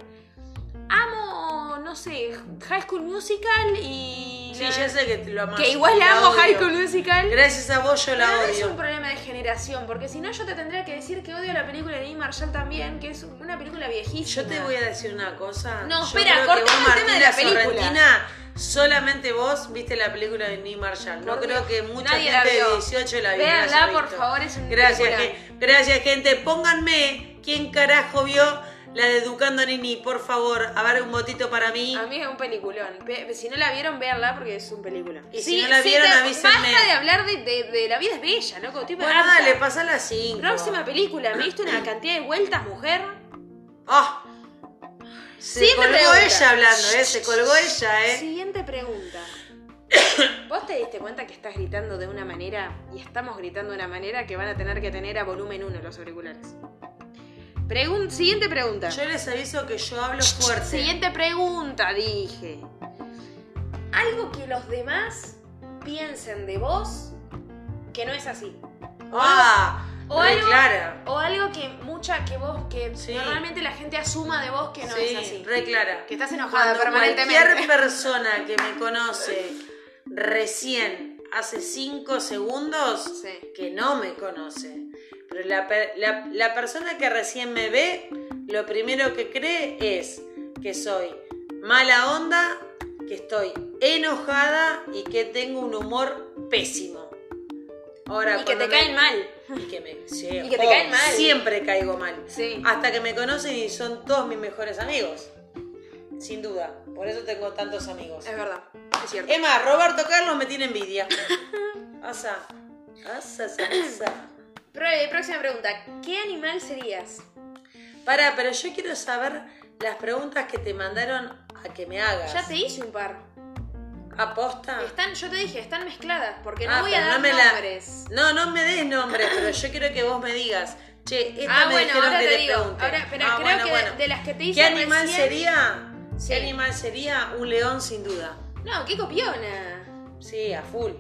Speaker 1: amo, no sé, High School Musical y...
Speaker 2: Sí,
Speaker 1: la-
Speaker 2: ya sé que te lo amás.
Speaker 1: que igual la
Speaker 2: La
Speaker 1: amo
Speaker 2: odio.
Speaker 1: High School Musical.
Speaker 2: Gracias a vos yo
Speaker 1: Pero
Speaker 2: la
Speaker 1: no es un
Speaker 2: odio.
Speaker 1: problema de generación, porque si no yo te tendría que decir que odio la película de Dean Marshall también, que es una película viejísima.
Speaker 2: Yo te voy a decir una cosa.
Speaker 1: No,
Speaker 2: Yo
Speaker 1: espera,
Speaker 2: creo que
Speaker 1: cortemos
Speaker 2: vos,
Speaker 1: el tema de la
Speaker 2: Martina
Speaker 1: película.
Speaker 2: Sorrentina, solamente vos viste la película de Neil Marshall. No
Speaker 1: Por
Speaker 2: creo
Speaker 1: Dios,
Speaker 2: que mucha
Speaker 1: nadie la
Speaker 2: gente de
Speaker 1: vio.
Speaker 2: 18 la vio.
Speaker 1: Véanla,
Speaker 2: la haya
Speaker 1: por
Speaker 2: visto.
Speaker 1: favor, es un
Speaker 2: Gracias,
Speaker 1: película.
Speaker 2: gen- gracias, gente. Pónganme quién carajo vio la de Educando a Nini, por favor. A ver, un votito para mí.
Speaker 1: A mí es un peliculón. Ve- Si no la vieron, véanla porque es un película.
Speaker 2: Y si no la vieron, avísenme.
Speaker 1: Basta de hablar de, de- de la vida es bella, loco. Tipo,
Speaker 2: Bueno,
Speaker 1: harta.
Speaker 2: dale, pasa las 5.
Speaker 1: Próxima película, me diste una cantidad de vueltas, mujer.
Speaker 2: Ah. Se
Speaker 1: Siguiente
Speaker 2: colgó
Speaker 1: pregunta.
Speaker 2: ella hablando, ¿eh? Se colgó ella, ¿eh?
Speaker 1: Siguiente pregunta. ¿Vos te diste cuenta que estás gritando de una manera y estamos gritando de una manera que van a tener que tener a volumen 1 los auriculares? Pregun- siguiente pregunta.
Speaker 2: Yo les aviso que yo hablo fuerte.
Speaker 1: Siguiente pregunta, dije. Algo que los demás piensen de vos que no es así.
Speaker 2: Ah,
Speaker 1: O
Speaker 2: re
Speaker 1: algo,
Speaker 2: clara.
Speaker 1: o algo que mucha que vos que
Speaker 2: Sí.
Speaker 1: normalmente la gente asuma de vos que no
Speaker 2: sí,
Speaker 1: es así.
Speaker 2: re clara.
Speaker 1: Que estás enojada
Speaker 2: Cuando
Speaker 1: Ah, permanentemente.
Speaker 2: Cualquier persona que me conoce recién hace 5 segundos
Speaker 1: Sí.
Speaker 2: que no me conoce. Pero la, per- la- la persona que recién me ve, lo primero que cree es que soy mala onda, que estoy enojada y que tengo un humor pésimo. Ahora,
Speaker 1: Y que te
Speaker 2: cuando me-
Speaker 1: caen mal.
Speaker 2: Y que, me, sí,
Speaker 1: Y que te
Speaker 2: oh,
Speaker 1: caen mal.
Speaker 2: Siempre caigo mal.
Speaker 1: Sí.
Speaker 2: Hasta que me conocen y son todos mis mejores amigos. Sin duda. Por eso tengo tantos amigos.
Speaker 1: Es verdad. Es cierto.
Speaker 2: Emma, Roberto Carlos me tiene envidia. Asa. Asa, asa, asa.
Speaker 1: Pro- eh, próxima pregunta. ¿Qué animal serías?
Speaker 2: Pará, pero yo quiero saber las preguntas que te mandaron a que me hagas.
Speaker 1: Ya te hice un par.
Speaker 2: Ah. ¿Aposta?
Speaker 1: Están, yo te dije, están mezcladas porque no
Speaker 2: Ah,
Speaker 1: voy a
Speaker 2: pero
Speaker 1: dar
Speaker 2: me la-
Speaker 1: nombres.
Speaker 2: No, no me des nombres, pero yo quiero que vos me digas. Che, esta
Speaker 1: Ah,
Speaker 2: me
Speaker 1: bueno,
Speaker 2: dijeron
Speaker 1: ahora
Speaker 2: que
Speaker 1: te
Speaker 2: le
Speaker 1: digo.
Speaker 2: pregunte.
Speaker 1: Ahora, espera,
Speaker 2: Ah,
Speaker 1: creo
Speaker 2: bueno,
Speaker 1: que
Speaker 2: bueno.
Speaker 1: de, de las que te hice
Speaker 2: ¿Qué animal
Speaker 1: recién-
Speaker 2: sería?
Speaker 1: Sí.
Speaker 2: ¿Qué animal sería? Un león sin duda.
Speaker 1: No, qué copiona.
Speaker 2: Sí, a full.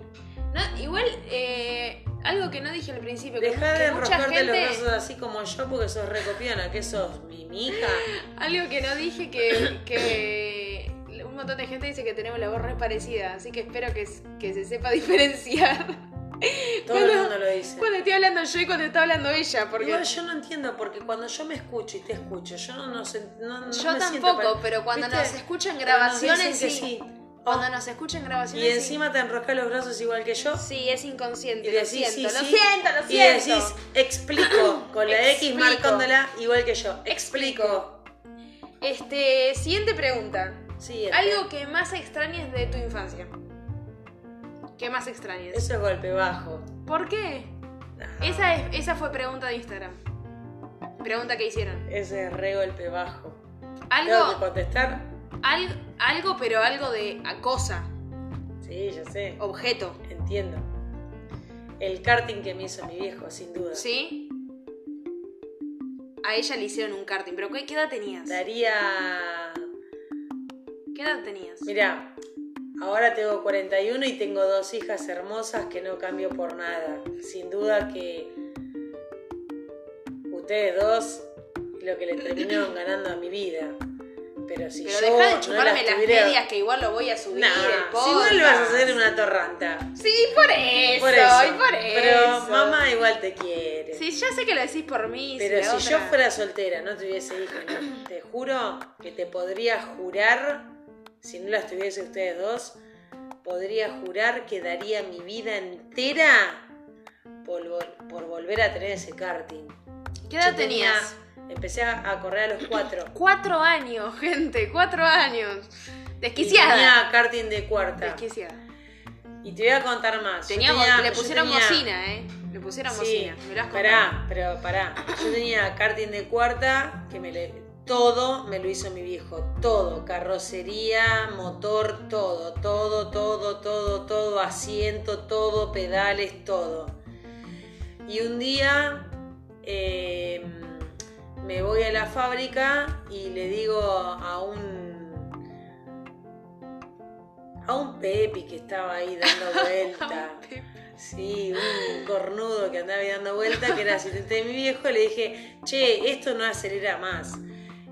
Speaker 1: No, igual, eh, algo que no dije al principio. que
Speaker 2: Deja
Speaker 1: mu-
Speaker 2: de
Speaker 1: que mucha
Speaker 2: enroscarte los
Speaker 1: gente-
Speaker 2: brazos así como yo porque sos recopiona, que sos mi mija.
Speaker 1: Algo que no dije que, que un montón de gente dice que tenemos la voz re parecida, así que espero que, s- que se sepa diferenciar.
Speaker 2: Todo el mundo lo dice.
Speaker 1: Cuando estoy hablando yo y cuando está hablando ella, porque
Speaker 2: Igual yo no entiendo porque cuando yo me escucho y te escucho, yo no nos en- no,
Speaker 1: yo
Speaker 2: no me siento
Speaker 1: tampoco,
Speaker 2: pare-
Speaker 1: pero cuando
Speaker 2: ¿Viste?
Speaker 1: nos escuchan
Speaker 2: Pero nos dicen
Speaker 1: grabaciones
Speaker 2: que
Speaker 1: sí.
Speaker 2: sí. Oh,
Speaker 1: Cuando nos escuchan grabaciones
Speaker 2: y
Speaker 1: sí.
Speaker 2: encima te enroscas los brazos igual que yo.
Speaker 1: sí, es inconsciente,
Speaker 2: Y
Speaker 1: lo
Speaker 2: decís, sí,
Speaker 1: siento, lo
Speaker 2: sí.
Speaker 1: siento, lo siento.
Speaker 2: Y decís, explico, con la X
Speaker 1: Explico.
Speaker 2: marcándola igual que yo. Explico.
Speaker 1: Este, siguiente pregunta.
Speaker 2: Sí,
Speaker 1: Algo que más extrañes de tu infancia. ¿Qué más extrañes?
Speaker 2: Eso es golpe bajo.
Speaker 1: ¿Por qué?
Speaker 2: Nah.
Speaker 1: Esa, es- esa fue pregunta de Instagram. Pregunta que hicieron.
Speaker 2: Ese es re golpe bajo. ¿Tengo que
Speaker 1: Algo,
Speaker 2: contestar?
Speaker 1: al- algo, pero algo de a cosa,
Speaker 2: Sí, ya sé.
Speaker 1: objeto.
Speaker 2: Entiendo. El karting que me hizo mi viejo, sin duda.
Speaker 1: ¿Sí? A ella le hicieron un karting, pero ¿qué, qué edad tenías?
Speaker 2: Daría.
Speaker 1: ¿Qué edad tenías?
Speaker 2: Mirá, ahora tengo 41 y tengo dos hijas hermosas que no cambio por nada. Sin duda que. Ustedes dos, lo que le terminaron ganando a mi vida. Pero si
Speaker 1: Pero
Speaker 2: yo.
Speaker 1: deja de
Speaker 2: no
Speaker 1: chuparme
Speaker 2: las,
Speaker 1: las
Speaker 2: tuviera-
Speaker 1: medias que igual lo voy a subir.
Speaker 2: Nah,
Speaker 1: el
Speaker 2: si vos le vas a
Speaker 1: podcast.
Speaker 2: hacer una torranta.
Speaker 1: Sí, por eso,
Speaker 2: Por eso.
Speaker 1: y por
Speaker 2: Pero
Speaker 1: eso.
Speaker 2: mamá igual te quiere.
Speaker 1: Sí, ya sé que lo decís por mí.
Speaker 2: Pero
Speaker 1: la
Speaker 2: si yo
Speaker 1: otra-
Speaker 2: fuera soltera, no tuviese hijos, no, te juro que te podría jurar, si no las tuviese ustedes dos, podría jurar que daría mi vida entera por, vol- por volver a tener ese karting.
Speaker 1: ¿Qué edad
Speaker 2: Yo tenía-
Speaker 1: tenías?
Speaker 2: Empecé a a correr a los cuatro.
Speaker 1: Cuatro años, gente, cuatro años.
Speaker 2: Y
Speaker 1: Desquiciada.
Speaker 2: Tenía karting de cuarta.
Speaker 1: Desquiciada.
Speaker 2: Y te voy a contar más. Yo
Speaker 1: Teníamos-
Speaker 2: tenía-
Speaker 1: le
Speaker 2: yo
Speaker 1: pusieron
Speaker 2: tenía-
Speaker 1: bocina, ¿eh? que pusiéramos
Speaker 2: Sí,
Speaker 1: me lo has
Speaker 2: pará, pero pará. Yo tenía karting de cuarta, que me le- todo me lo hizo mi viejo. Todo, carrocería, motor, todo, todo, todo, todo, todo, asiento, todo, pedales, todo. Y un día eh, me voy a la fábrica y le digo a un a un Pepi que estaba ahí dando vuelta. Sí, un cornudo que andaba ahí dando vuelta, que era asistente de mi viejo, le dije, che, esto no acelera más.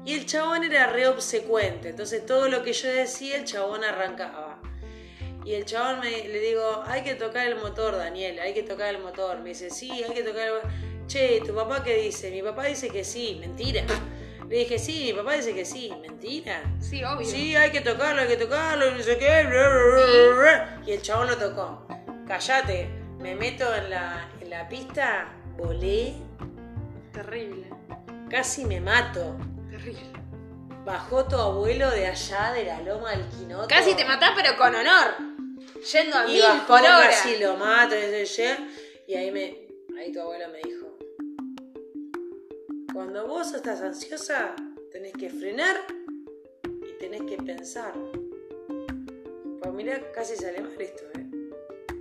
Speaker 2: Y el chabón era re obsecuente, entonces todo lo que yo decía, el chabón arrancaba. Y el chabón me, le digo, hay que tocar el motor, Daniel, hay que tocar el motor. Me dice, sí, hay que tocar el motor. Che, ¿tu papá qué dice? Mi papá dice que sí, mentira. Le dije, sí, mi papá dice que sí, mentira.
Speaker 1: Sí, obvio.
Speaker 2: Sí, hay que tocarlo, hay que tocarlo, y no sé qué. bla, bla, bla, bla. Y el chabón lo tocó. Callate, me meto en la, en la pista, volé,
Speaker 1: Terrible,
Speaker 2: casi me mato.
Speaker 1: terrible.
Speaker 2: Bajó tu abuelo de allá, de la loma del Quinoto.
Speaker 1: Casi te matás, pero con honor. Yendo a
Speaker 2: Y
Speaker 1: mil
Speaker 2: bajó,
Speaker 1: por hora.
Speaker 2: casi lo mato, y, no sé qué. y ahí, me, ahí tu abuelo me dijo, cuando vos estás ansiosa, tenés que frenar y tenés que pensar. Pues mirá, casi sale mal esto, ¿eh?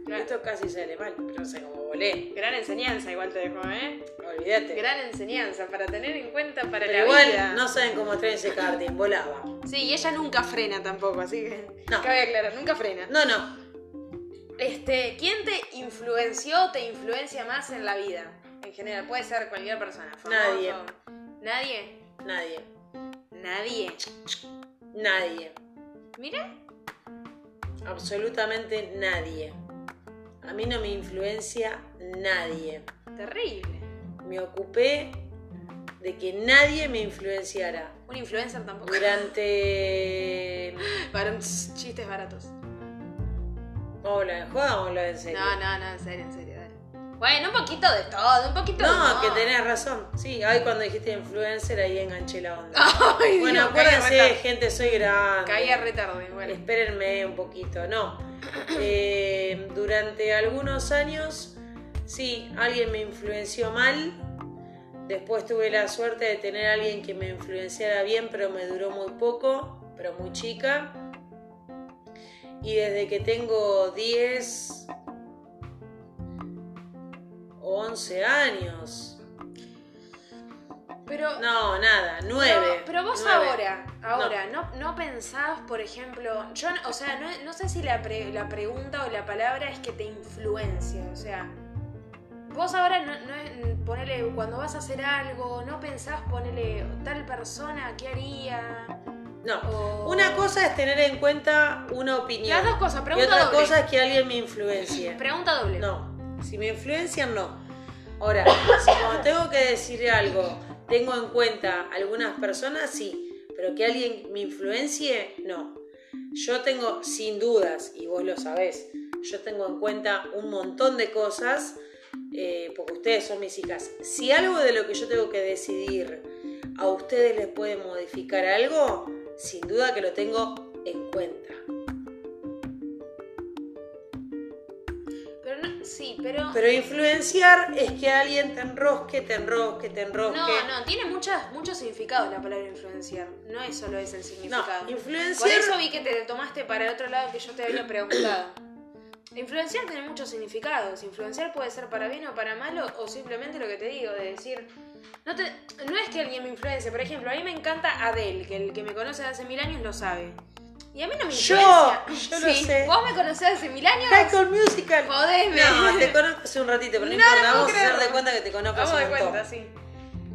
Speaker 2: Esto casi sale mal, pero no sé cómo volé.
Speaker 1: Gran enseñanza igual te dejó, ¿eh?
Speaker 2: Olvídate.
Speaker 1: Gran enseñanza para tener en cuenta para
Speaker 2: Pero
Speaker 1: la
Speaker 2: igual
Speaker 1: vida.
Speaker 2: no saben cómo traen ese karting, volaba.
Speaker 1: Sí, y ella nunca frena tampoco, así que
Speaker 2: No.
Speaker 1: cabe aclarar, nunca frena.
Speaker 2: No, no.
Speaker 1: Este, ¿quién te influenció o te influencia más en la vida? En general, puede ser cualquier persona. famoso.
Speaker 2: Nadie.
Speaker 1: Nadie.
Speaker 2: Nadie.
Speaker 1: Nadie.
Speaker 2: Nadie.
Speaker 1: Mira,
Speaker 2: Absolutamente nadie. A mí no me influencia nadie.
Speaker 1: terrible.
Speaker 2: Me ocupé de que nadie me influenciara.
Speaker 1: Un influencer tampoco.
Speaker 2: Durante.
Speaker 1: Para chistes baratos.
Speaker 2: ¿Vamos a hablar en joda o vamos a hablar en serio?
Speaker 1: No, no, no, en serio, en serio, dale. Bueno, un poquito de todo, un poquito de
Speaker 2: No,
Speaker 1: todo.
Speaker 2: que tenés razón. Sí, hoy cuando dijiste influencer ahí enganché la onda.
Speaker 1: Ay,
Speaker 2: bueno,
Speaker 1: Dios, caí
Speaker 2: acuérdense,
Speaker 1: re tarde.
Speaker 2: gente, soy grande.
Speaker 1: Caía re tarde, bueno.
Speaker 2: Espérenme un poquito, no. Eh, durante algunos años, sí, alguien me influenció mal. Después tuve la suerte de tener a alguien que me influenciara bien, pero me duró muy poco, pero muy chica. Y desde que tengo 10 o 11 años.
Speaker 1: Pero,
Speaker 2: No, nada, 9.
Speaker 1: pero, pero vos ahora, ahora, no. No, pensabas, por ejemplo, yo, no- o sea, no, no sé si la, pre- la pregunta o la palabra es que te influencia, o sea, vos ahora, no, no es- ponele, cuando vas a hacer algo, no pensás, ponele, tal persona, ¿qué haría?
Speaker 2: No.
Speaker 1: O-
Speaker 2: Una cosa es tener en cuenta una opinión.
Speaker 1: Las dos cosas,
Speaker 2: Y
Speaker 1: pregunta
Speaker 2: otra
Speaker 1: doble.
Speaker 2: cosa es que alguien me influencie.
Speaker 1: Pregunta doble.
Speaker 2: No. Si me influencian, no. Ahora, si cuando tengo que decir algo, tengo en cuenta algunas personas, sí. Pero que alguien me influencie, no. Yo tengo, sin dudas, y vos lo sabés, yo tengo en cuenta un montón de cosas, eh, porque ustedes son mis hijas. Si algo de lo que yo tengo que decidir a ustedes les puede modificar algo, sin duda que lo tengo en cuenta.
Speaker 1: Pero no, sí, pero...
Speaker 2: Pero influenciar es que alguien te enrosque, te enrosque, te enrosque.
Speaker 1: no, no, tiene muchas, muchos significados la palabra influenciar. No es solo ese el significado.
Speaker 2: No,
Speaker 1: Por
Speaker 2: influenciar.
Speaker 1: eso vi que te tomaste para el otro lado que yo te había preguntado. Influenciar tiene muchos significados. Influenciar puede ser para bien o para malo, o simplemente lo que te digo, de decir. No, te- no es que alguien me influencie. Por ejemplo, a mí me encanta Adele, que el que me conoce de hace mil años lo sabe. Y a mí no me
Speaker 2: Yo,
Speaker 1: influencia.
Speaker 2: yo lo
Speaker 1: Sí,
Speaker 2: sé.
Speaker 1: Vos me conocés hace mil años.
Speaker 2: High School Musical.
Speaker 1: Jodeme.
Speaker 2: No, te conozco hace un ratito, pero no,
Speaker 1: No, no
Speaker 2: importa.
Speaker 1: puedo
Speaker 2: vamos a hacer
Speaker 1: creerlo.
Speaker 2: de cuenta que te conozco
Speaker 1: Vamos
Speaker 2: hace
Speaker 1: de
Speaker 2: un montón.
Speaker 1: cuenta, sí.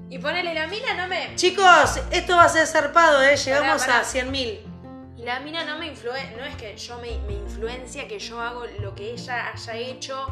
Speaker 1: Y ponele la mina, no me.
Speaker 2: Chicos, esto va a ser zarpado, ¿eh? Llegamos
Speaker 1: pará.
Speaker 2: a 100.000.
Speaker 1: Y la mina no me influencia, no es que yo me, me influencia, que yo hago lo que ella haya hecho,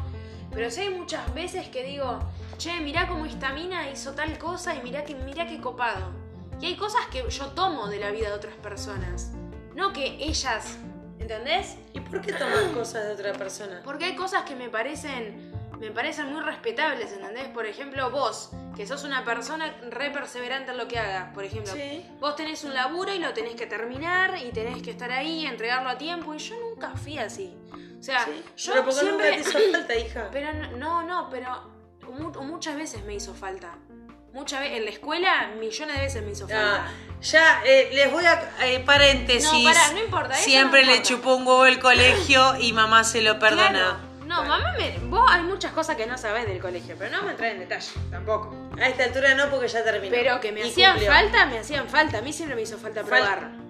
Speaker 1: pero sí hay muchas veces que digo, che, mirá cómo esta mina hizo tal cosa y mirá que, mirá qué copado. Y hay cosas que yo tomo de la vida de otras personas, no que ellas, ¿entendés?
Speaker 2: ¿Y por qué tomas cosas de otra persona?
Speaker 1: Porque hay cosas que me parecen, me parecen muy respetables, ¿entendés? Por ejemplo, vos, que sos una persona re perseverante en lo que hagas, por ejemplo,
Speaker 2: Sí.
Speaker 1: Vos tenés un laburo y lo tenés que terminar y tenés que estar ahí, entregarlo a tiempo. Y yo nunca fui así. O sea,
Speaker 2: sí.
Speaker 1: yo
Speaker 2: pero porque
Speaker 1: siempre.
Speaker 2: nunca te hizo falta, hija.
Speaker 1: Pero no, no, no, pero mu- muchas veces me hizo falta. Muchas veces, en la escuela, millones de veces me hizo falta.
Speaker 2: Ah, ya, eh, les voy a. eh, paréntesis.
Speaker 1: No, pará, no importa, eso
Speaker 2: Siempre
Speaker 1: no
Speaker 2: le
Speaker 1: importa.
Speaker 2: chupó un huevo el colegio y mamá se lo perdona.
Speaker 1: Claro. No, mamá, me- vos hay muchas cosas que no sabés del colegio, pero no me entrar en detalle, tampoco.
Speaker 2: A esta altura no, porque ya terminó.
Speaker 1: Pero que me
Speaker 2: Y
Speaker 1: hacían
Speaker 2: cumplió.
Speaker 1: falta, me hacían falta. A mí siempre me hizo falta
Speaker 2: Fal-
Speaker 1: probar.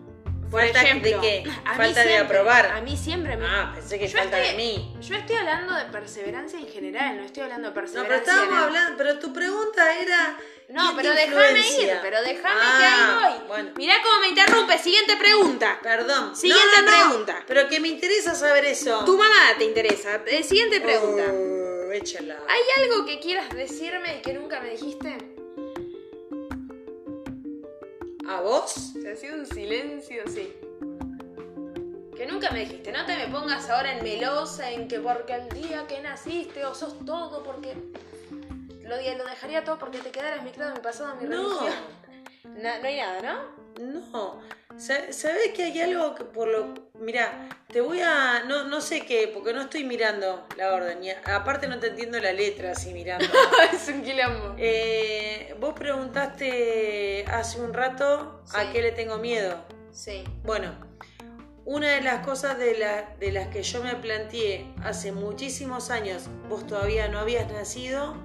Speaker 1: Por
Speaker 2: ¿Falta de
Speaker 1: ejemplo, a
Speaker 2: qué?
Speaker 1: mí
Speaker 2: ¿Falta de
Speaker 1: siempre-
Speaker 2: aprobar?
Speaker 1: A mí siempre me.
Speaker 2: Ah, pensé que
Speaker 1: Yo
Speaker 2: falta de
Speaker 1: estoy-
Speaker 2: mí.
Speaker 1: Yo estoy hablando de perseverancia en general, no estoy hablando de
Speaker 2: No, pero
Speaker 1: perseverancia.
Speaker 2: estábamos
Speaker 1: en-
Speaker 2: hablando. Pero tu pregunta era.
Speaker 1: No,
Speaker 2: ¿quién
Speaker 1: pero
Speaker 2: te
Speaker 1: déjame ir,
Speaker 2: influencia?
Speaker 1: pero déjame
Speaker 2: Ah,
Speaker 1: que ahí voy.
Speaker 2: Bueno,
Speaker 1: Mirá cómo me interrumpe. Siguiente pregunta.
Speaker 2: perdón.
Speaker 1: Siguiente
Speaker 2: No, no, no,
Speaker 1: pregunta.
Speaker 2: Pero que me interesa saber eso.
Speaker 1: Tu mamá te interesa. Eh, siguiente pregunta.
Speaker 2: Oh, échala.
Speaker 1: ¿Hay algo que quieras decirme que nunca me dijiste?
Speaker 2: ¿A vos?
Speaker 1: Se hacía un silencio, sí. Que nunca me dijiste, no te me pongas ahora en melosa, en que porque el día que naciste o sos todo, porque lo, di- lo dejaría todo porque te quedaras mi credo, mi pasado, mi
Speaker 2: No.
Speaker 1: religión. Na- no hay nada, ¿no?
Speaker 2: No, Sa- ¿sabés que hay algo que por lo... Mirá, te voy a... No, no sé qué, porque no estoy mirando la orden. y a- aparte no te entiendo la letra así mirando.
Speaker 1: es un quilombo.
Speaker 2: Eh, vos preguntaste hace un rato
Speaker 1: Sí.
Speaker 2: a qué le tengo miedo.
Speaker 1: Sí.
Speaker 2: Bueno, una de las cosas de, la- de las que yo me planteé hace muchísimos años, vos todavía no habías nacido,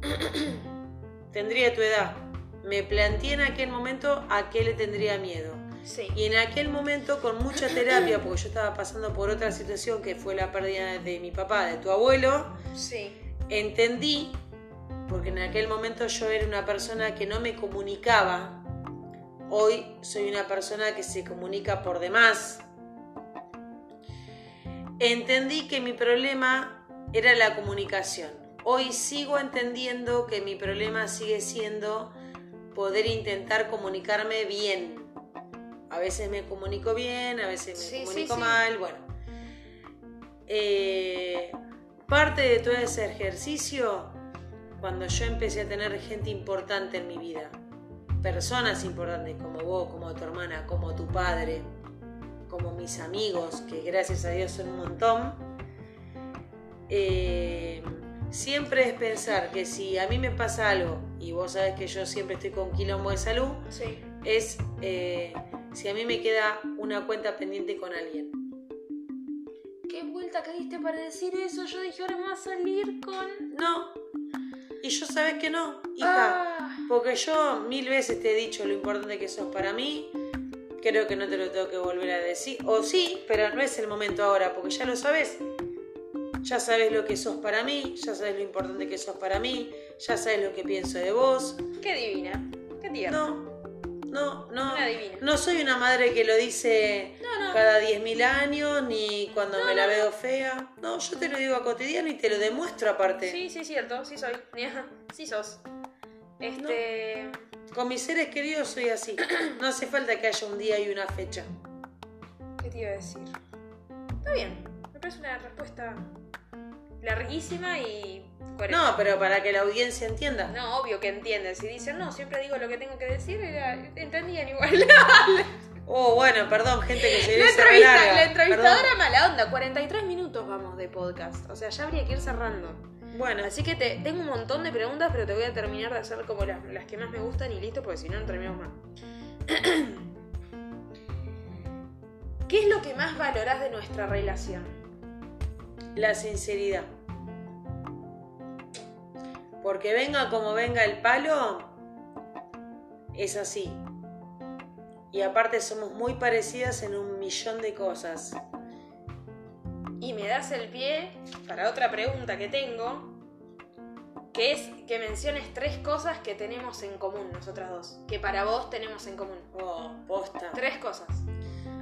Speaker 2: tendría tu edad. Me planteé en aquel momento a qué le tendría miedo.
Speaker 1: Sí.
Speaker 2: Y en aquel momento, con mucha terapia, porque yo estaba pasando por otra situación que fue la pérdida de mi papá, de tu abuelo,
Speaker 1: Sí.
Speaker 2: entendí, porque en aquel momento yo era una persona que no me comunicaba, hoy soy una persona que se comunica por demás, entendí que mi problema era la comunicación. Hoy sigo entendiendo que mi problema sigue siendo poder intentar comunicarme bien. A veces me comunico bien, a veces me
Speaker 1: Sí, sí,
Speaker 2: comunico
Speaker 1: sí.
Speaker 2: mal, bueno. Eh, parte de todo ese ejercicio cuando yo empecé a tener gente importante en mi vida. Personas importantes como vos, como tu hermana, como tu padre, como mis amigos, que gracias a Dios son un montón. Eh, siempre es pensar que si a mí me pasa algo, y vos sabés que yo siempre estoy con quilombo de salud,
Speaker 1: Sí.
Speaker 2: es eh, si a mí me queda una cuenta pendiente con alguien.
Speaker 1: ¿Qué vuelta que diste para decir eso? Yo dije, ahora me va a salir con...
Speaker 2: No. Y yo sabés que no, hija.
Speaker 1: Ah.
Speaker 2: Porque yo mil veces te he dicho lo importante que sos para mí. Creo que no te lo tengo que volver a decir. O sí, pero no es el momento ahora, porque ya lo sabes. Ya sabes lo que sos para mí, ya sabes lo importante que sos para mí, ya sabes lo que pienso de vos.
Speaker 1: Qué divina. Qué tierna.
Speaker 2: No, no, no.
Speaker 1: Una divina.
Speaker 2: No soy una madre que lo dice
Speaker 1: No, no.
Speaker 2: cada 10.000 años ni cuando me la veo fea. No, yo te lo digo a cotidiano y te lo demuestro aparte.
Speaker 1: Sí, sí, cierto, sí soy. Sí sos. Este.
Speaker 2: Con mis seres queridos soy así. No hace falta que haya un día y una fecha.
Speaker 1: ¿Qué te iba a decir? Está bien. Me parece una respuesta larguísima y coherente.
Speaker 2: No, pero para que la audiencia entienda.
Speaker 1: No, obvio que entiendes. Si dicen, no, siempre digo lo que tengo que decir, era- entendían igual.
Speaker 2: Oh, bueno, perdón, gente que se
Speaker 1: La,
Speaker 2: dio
Speaker 1: entrevista-
Speaker 2: larga.
Speaker 1: la entrevistadora
Speaker 2: Perdón.
Speaker 1: mala onda. 43 minutos vamos de podcast. O sea, ya habría que ir cerrando.
Speaker 2: Bueno,
Speaker 1: Así que te, tengo un montón de preguntas, pero te voy a terminar de hacer como las, las que más me gustan y listo, porque si no, no terminamos más. ¿Qué es lo que más valorás de nuestra relación?
Speaker 2: la sinceridad. Porque venga como venga el palo, es así. Y aparte somos muy parecidas en un millón de cosas.
Speaker 1: Y me das el pie para otra pregunta que tengo, que es que menciones tres cosas que tenemos en común nosotras dos, que para vos tenemos en común.
Speaker 2: Oh, posta.
Speaker 1: Tres cosas.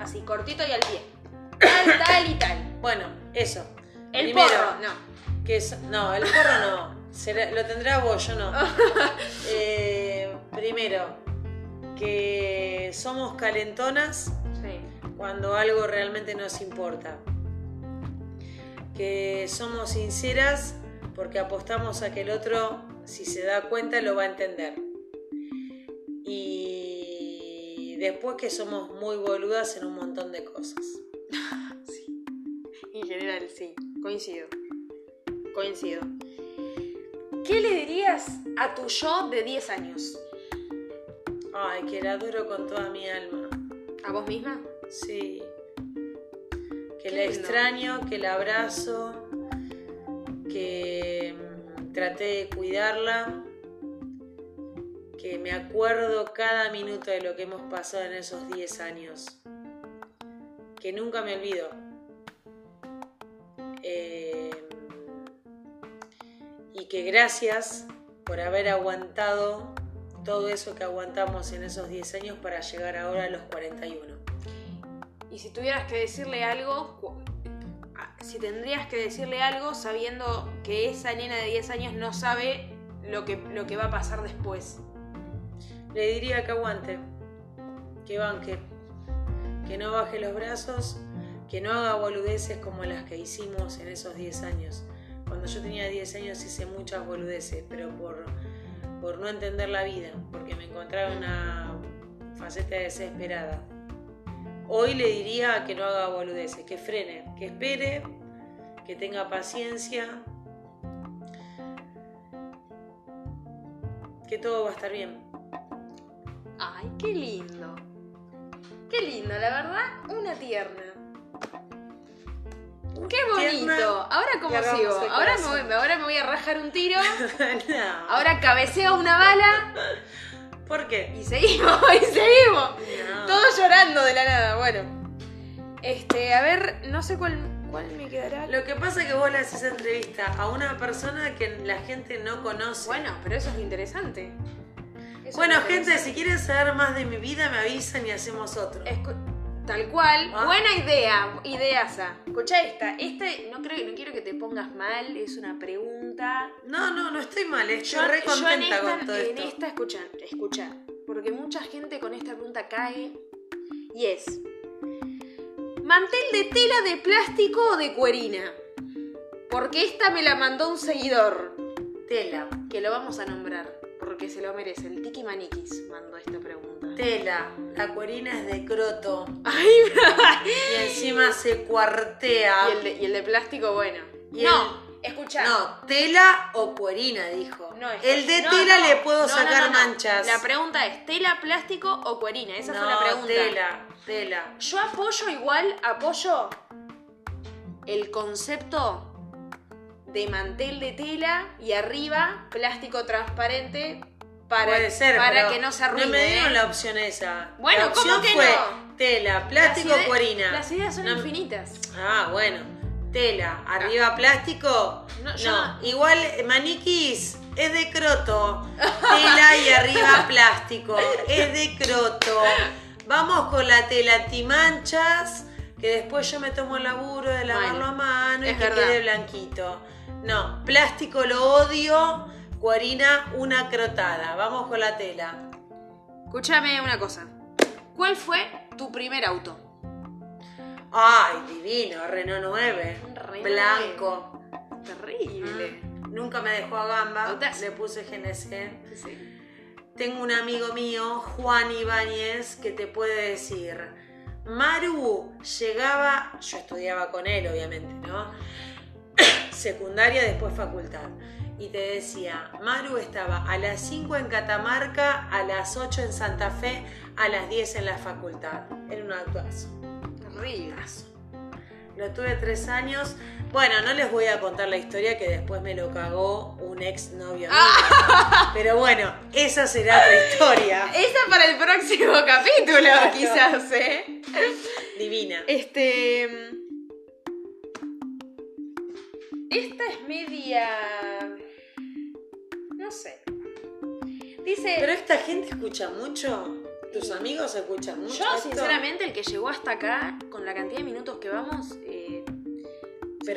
Speaker 1: Así, cortito y al pie. Tal, tal y tal.
Speaker 2: Bueno, eso.
Speaker 1: El
Speaker 2: Primero,
Speaker 1: porro, no.
Speaker 2: Que es- no, el porro no. Será- lo tendrá vos, yo no. Eh, primero, que somos calentonas
Speaker 1: Sí.
Speaker 2: cuando algo realmente nos importa. Que somos sinceras porque apostamos a que el otro, si se da cuenta, lo va a entender. Y después que somos muy boludas en un montón de cosas.
Speaker 1: En general, sí. Coincido. Coincido. ¿Qué le dirías a tu yo de 10 años?
Speaker 2: Ay, que la adoro con toda mi alma.
Speaker 1: ¿A vos misma?
Speaker 2: Sí. Que
Speaker 1: Qué
Speaker 2: la
Speaker 1: lindo.
Speaker 2: extraño, que la abrazo, que mm, traté de cuidarla, que me acuerdo cada minuto de lo que hemos pasado en esos 10 años. Que nunca me olvido. Eh, y que gracias por haber aguantado todo eso que aguantamos en esos 10 años para llegar ahora a los 41.
Speaker 1: Y si tuvieras que decirle algo, cu- ah, si tendrías que decirle algo sabiendo que esa nena de 10 años no sabe lo que, lo que va a pasar después.
Speaker 2: Le diría que aguante, que banque, que no baje los brazos, que no haga boludeces como las que hicimos en esos 10 años. Cuando yo tenía 10 años hice muchas boludeces, pero por, por no entender la vida, porque me encontraba en una faceta desesperada. Hoy le diría que no haga boludeces, que frene, que espere, que tenga paciencia, que todo va a estar bien.
Speaker 1: Ay, qué lindo. Qué lindo, la verdad, una tierna. Qué bonito.
Speaker 2: Tierna,
Speaker 1: ahora cómo
Speaker 2: agarramos
Speaker 1: sigo.
Speaker 2: el
Speaker 1: Ahora me,
Speaker 2: corazón.
Speaker 1: voy, ahora me voy a rajar un tiro.
Speaker 2: No.
Speaker 1: Ahora cabeceo una bala
Speaker 2: ¿Por qué?
Speaker 1: y seguimos, y seguimos.
Speaker 2: No.
Speaker 1: Todos llorando de la nada, bueno. Este, a ver, no sé cuál, cuál me quedará.
Speaker 2: Lo que pasa es que vos le haces entrevista a una persona que la gente no conoce.
Speaker 1: Bueno, pero eso es lo interesante. Eso es
Speaker 2: Bueno,
Speaker 1: lo
Speaker 2: gente,
Speaker 1: interesante.
Speaker 2: si quieren saber más de mi vida, me avisan y hacemos otro.
Speaker 1: Eh. Escu- tal cual,
Speaker 2: Ah.
Speaker 1: buena idea, ideaza. Escucha esta, este no creo, no quiero que te pongas mal, es una pregunta.
Speaker 2: No, no, no estoy mal, eh, estoy
Speaker 1: Yo-
Speaker 2: re
Speaker 1: yo en
Speaker 2: contenta
Speaker 1: esta-
Speaker 2: con todo
Speaker 1: en
Speaker 2: esto.
Speaker 1: esta escucha, escucha, porque mucha gente con esta pregunta cae y es mantel de tela de plástico o de cuerina. Porque esta me la mandó un seguidor.
Speaker 2: Tela,
Speaker 1: que lo vamos a nombrar porque se lo merece. El Tiki Maniquis mandó esta pregunta.
Speaker 2: tela, la cuerina es de croto
Speaker 1: Ay,
Speaker 2: y encima se cuartea.
Speaker 1: y, el de, y el de plástico, bueno.
Speaker 2: Ah. Y
Speaker 1: no, escucha.
Speaker 2: No, tela o cuerina, dijo.
Speaker 1: No, es-
Speaker 2: el de
Speaker 1: no,
Speaker 2: tela
Speaker 1: no,
Speaker 2: le puedo
Speaker 1: no, no,
Speaker 2: sacar
Speaker 1: no, no.
Speaker 2: manchas.
Speaker 1: La pregunta es, ¿tela, plástico o cuerina? Esa
Speaker 2: no,
Speaker 1: fue la pregunta.
Speaker 2: tela, tela.
Speaker 1: Yo apoyo igual, apoyo el concepto de mantel de tela y arriba plástico transparente para,
Speaker 2: Puede ser,
Speaker 1: para
Speaker 2: pero
Speaker 1: que no se arruine.
Speaker 2: No me
Speaker 1: ¿eh?
Speaker 2: dieron la opción esa.
Speaker 1: Bueno,
Speaker 2: la opción
Speaker 1: ¿cómo que
Speaker 2: fue
Speaker 1: no?
Speaker 2: Tela,
Speaker 1: Las
Speaker 2: plástico,
Speaker 1: ide-
Speaker 2: cuerina.
Speaker 1: Las ideas son
Speaker 2: No-
Speaker 1: infinitas.
Speaker 2: Ah, bueno. Tela, arriba plástico.
Speaker 1: Ah. No,
Speaker 2: No,
Speaker 1: yo no.
Speaker 2: igual eh, maniquís es de croto. Tela y arriba plástico. Es de croto. Vamos con la tela timanchas, que después yo me tomo el laburo de lavarlo
Speaker 1: Bueno,
Speaker 2: a mano y
Speaker 1: es
Speaker 2: que
Speaker 1: verdad.
Speaker 2: quede blanquito. No, plástico lo odio, cuerina una crotada. Vamos con la tela.
Speaker 1: Escúchame una cosa. ¿Cuál fue tu primer auto?
Speaker 2: Ay, divino, Renault 9.
Speaker 1: Un Renault
Speaker 2: blanco.
Speaker 1: Terrible.
Speaker 2: Nunca me dejó a gamba.
Speaker 1: Autazo.
Speaker 2: Le puse
Speaker 1: Ah.
Speaker 2: GNC. Tengo un amigo mío, Juan Ibáñez, que te puede decir. Maru llegaba, yo estudiaba con él, obviamente, ¿no? Secundaria, después facultad. Y te decía, Maru estaba a las 5 en Catamarca, a las 8 en Santa Fe, a las 10 en la facultad. Era un actuazo.
Speaker 1: Terrible.
Speaker 2: Lo tuve tres años. Bueno, no les voy a contar la historia que después me lo cagó un ex novio mío. Pero bueno, esa será tu historia.
Speaker 1: Esa para el próximo capítulo,
Speaker 2: Claro.
Speaker 1: quizás, ¿eh?
Speaker 2: Divina.
Speaker 1: Este. Esta es media. No sé. Dice.
Speaker 2: Pero esta gente escucha mucho. ¿Tus amigos escuchan mucho?
Speaker 1: Yo,
Speaker 2: esto?
Speaker 1: sinceramente, el que llegó hasta acá, con la cantidad de minutos que vamos, eh,
Speaker 2: Pero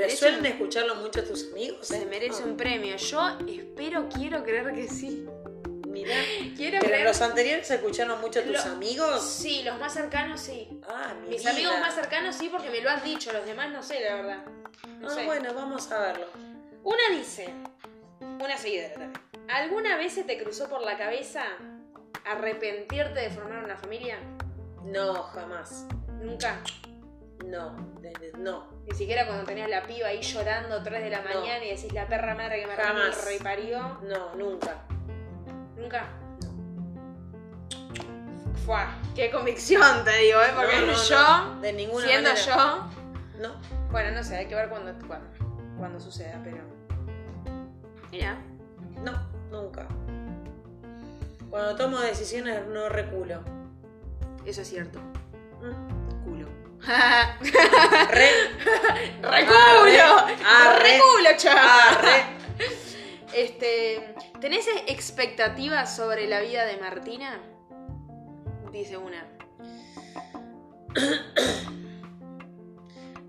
Speaker 1: merece
Speaker 2: suelen
Speaker 1: un-
Speaker 2: escucharlo mucho tus amigos.
Speaker 1: se
Speaker 2: ¿eh?
Speaker 1: merece un premio. Yo espero, quiero creer que sí.
Speaker 2: Ah, Mirá.
Speaker 1: Quiero
Speaker 2: Pero
Speaker 1: creer.
Speaker 2: los anteriores escucharon mucho tus
Speaker 1: Lo-
Speaker 2: amigos.
Speaker 1: Sí, los más cercanos sí.
Speaker 2: Ah, mi
Speaker 1: Mis
Speaker 2: vida.
Speaker 1: amigos más cercanos sí, porque me lo han dicho. Los demás no sé, la verdad. No
Speaker 2: Ah,
Speaker 1: sé.
Speaker 2: bueno, vamos a verlo.
Speaker 1: Una dice, una seguidora también. ¿Alguna vez se te cruzó por la cabeza arrepentirte de formar una familia?
Speaker 2: No, jamás.
Speaker 1: Nunca.
Speaker 2: No, desde- no.
Speaker 1: Ni siquiera cuando tenías la piba ahí llorando 3 de la
Speaker 2: No.
Speaker 1: mañana y decís la perra madre que me
Speaker 2: Jamás.
Speaker 1: reparió.
Speaker 2: No, nunca.
Speaker 1: Nunca.
Speaker 2: No.
Speaker 1: Fua. Qué convicción te digo, ¿eh? Porque
Speaker 2: No, no,
Speaker 1: yo,
Speaker 2: no, de ninguna
Speaker 1: siendo
Speaker 2: manera.
Speaker 1: yo.
Speaker 2: No.
Speaker 1: Bueno, no sé, hay que ver cuando, cuando, cuando suceda, pero. Mira.
Speaker 2: No, nunca. Cuando tomo decisiones no reculo.
Speaker 1: Eso es cierto.
Speaker 2: Mm.
Speaker 1: Culo.
Speaker 2: Re, Ah,
Speaker 1: ¡Reculo!
Speaker 2: Arre.
Speaker 1: ¡Reculo, chaval!
Speaker 2: arre.
Speaker 1: Este, ¿Tenés expectativas sobre la vida de Martina? Dice una.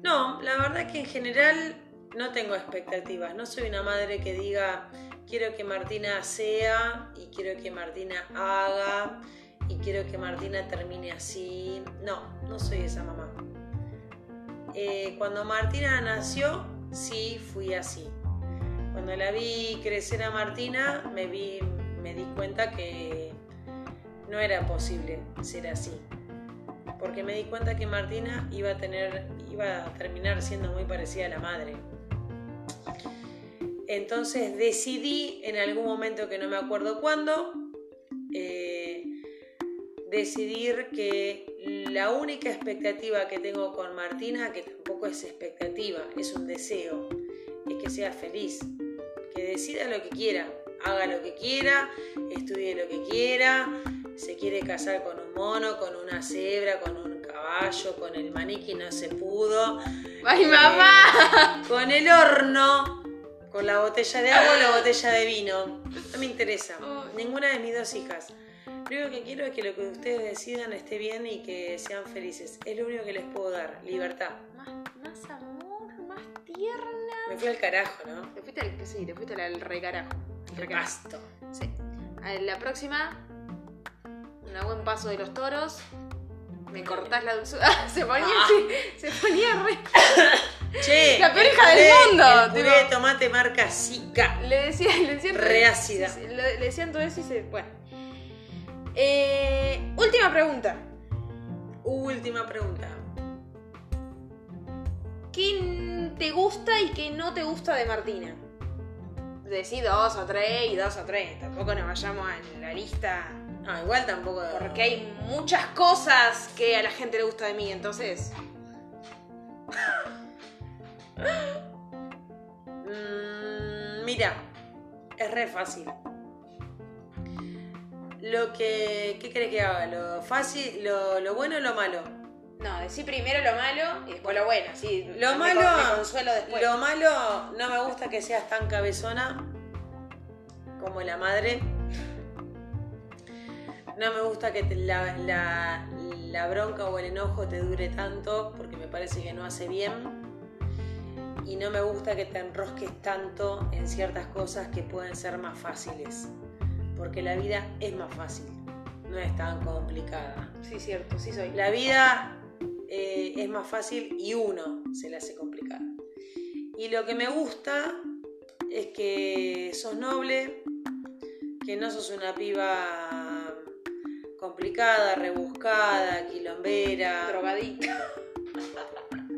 Speaker 2: No, la verdad que en general no tengo expectativas. No soy una madre que diga quiero que Martina sea y quiero que Martina haga y quiero que Martina termine así. No, no soy esa mamá. Eh, cuando Martina nació, sí fui así. Cuando la vi crecer a Martina, me vi, me di cuenta que no era posible ser así porque me di cuenta que Martina iba a tener iba a terminar siendo muy parecida a la madre. Entonces decidí en algún momento que no me acuerdo cuándo eh, decidir que la única expectativa que tengo con Martina, que tampoco es expectativa, es un deseo, es que sea feliz, que decida lo que quiera, haga lo que quiera, estudie lo que quiera, se quiere casar con un mono, con una cebra, con un caballo, con el maniquí no se pudo,
Speaker 1: ¡Ay,
Speaker 2: Eh,
Speaker 1: mamá!
Speaker 2: con el horno, con la botella de agua o la botella de vino. No me interesa. Ninguna de mis dos hijas. Lo único que quiero es que lo que ustedes decidan esté bien y que sean felices. Es lo único que les puedo dar, libertad.
Speaker 1: Más, más amor, más tierna.
Speaker 2: Me fui al carajo, ¿no?
Speaker 1: Te fuiste al, sí, te fuiste al recarajo. Al recarajo.
Speaker 2: Gasto.
Speaker 1: Sí. A la próxima, un buen paso de los toros. Me cortás la dulzura. Ah, se ponía
Speaker 2: Ah.
Speaker 1: se, se ponía re.
Speaker 2: Che,
Speaker 1: La peor
Speaker 2: el
Speaker 1: hija del
Speaker 2: puré-
Speaker 1: mundo,
Speaker 2: El puré
Speaker 1: tipo.
Speaker 2: de tomate marca Zika.
Speaker 1: Le decía, le decían.
Speaker 2: Re ácida.
Speaker 1: sí, sí, le, le decían todo eso y se. Bueno. Eh, última pregunta.
Speaker 2: Última pregunta.
Speaker 1: ¿Qué n- te gusta y qué no te gusta de Martina? Decí dos o tres y dos o tres. Tampoco nos vayamos a la lista.
Speaker 2: Ah, igual tampoco.
Speaker 1: Porque hay muchas cosas que a la gente le gusta de mí, entonces.
Speaker 2: Mm, mira, es re fácil. Lo que. ¿Qué crees que haga? ¿Lo fácil? Lo, lo bueno o lo malo?
Speaker 1: No, decí primero lo malo y después lo bueno, sí.
Speaker 2: Lo
Speaker 1: me
Speaker 2: malo.
Speaker 1: con- me consuelo después.
Speaker 2: Lo malo, no me gusta que seas tan cabezona como la madre. No me gusta que te- la, la- la bronca o el enojo te dure tanto porque me parece que no hace bien. Y no me gusta que te enrosques tanto en ciertas cosas que pueden ser más fáciles. Porque la vida es más fácil, no es tan complicada.
Speaker 1: Sí, cierto, sí soy.
Speaker 2: La vida eh, es más fácil y uno se la hace complicada. Y lo que me gusta es que sos noble, que no sos una piba complicada, rebuscada, quilombera.
Speaker 1: drogadicta.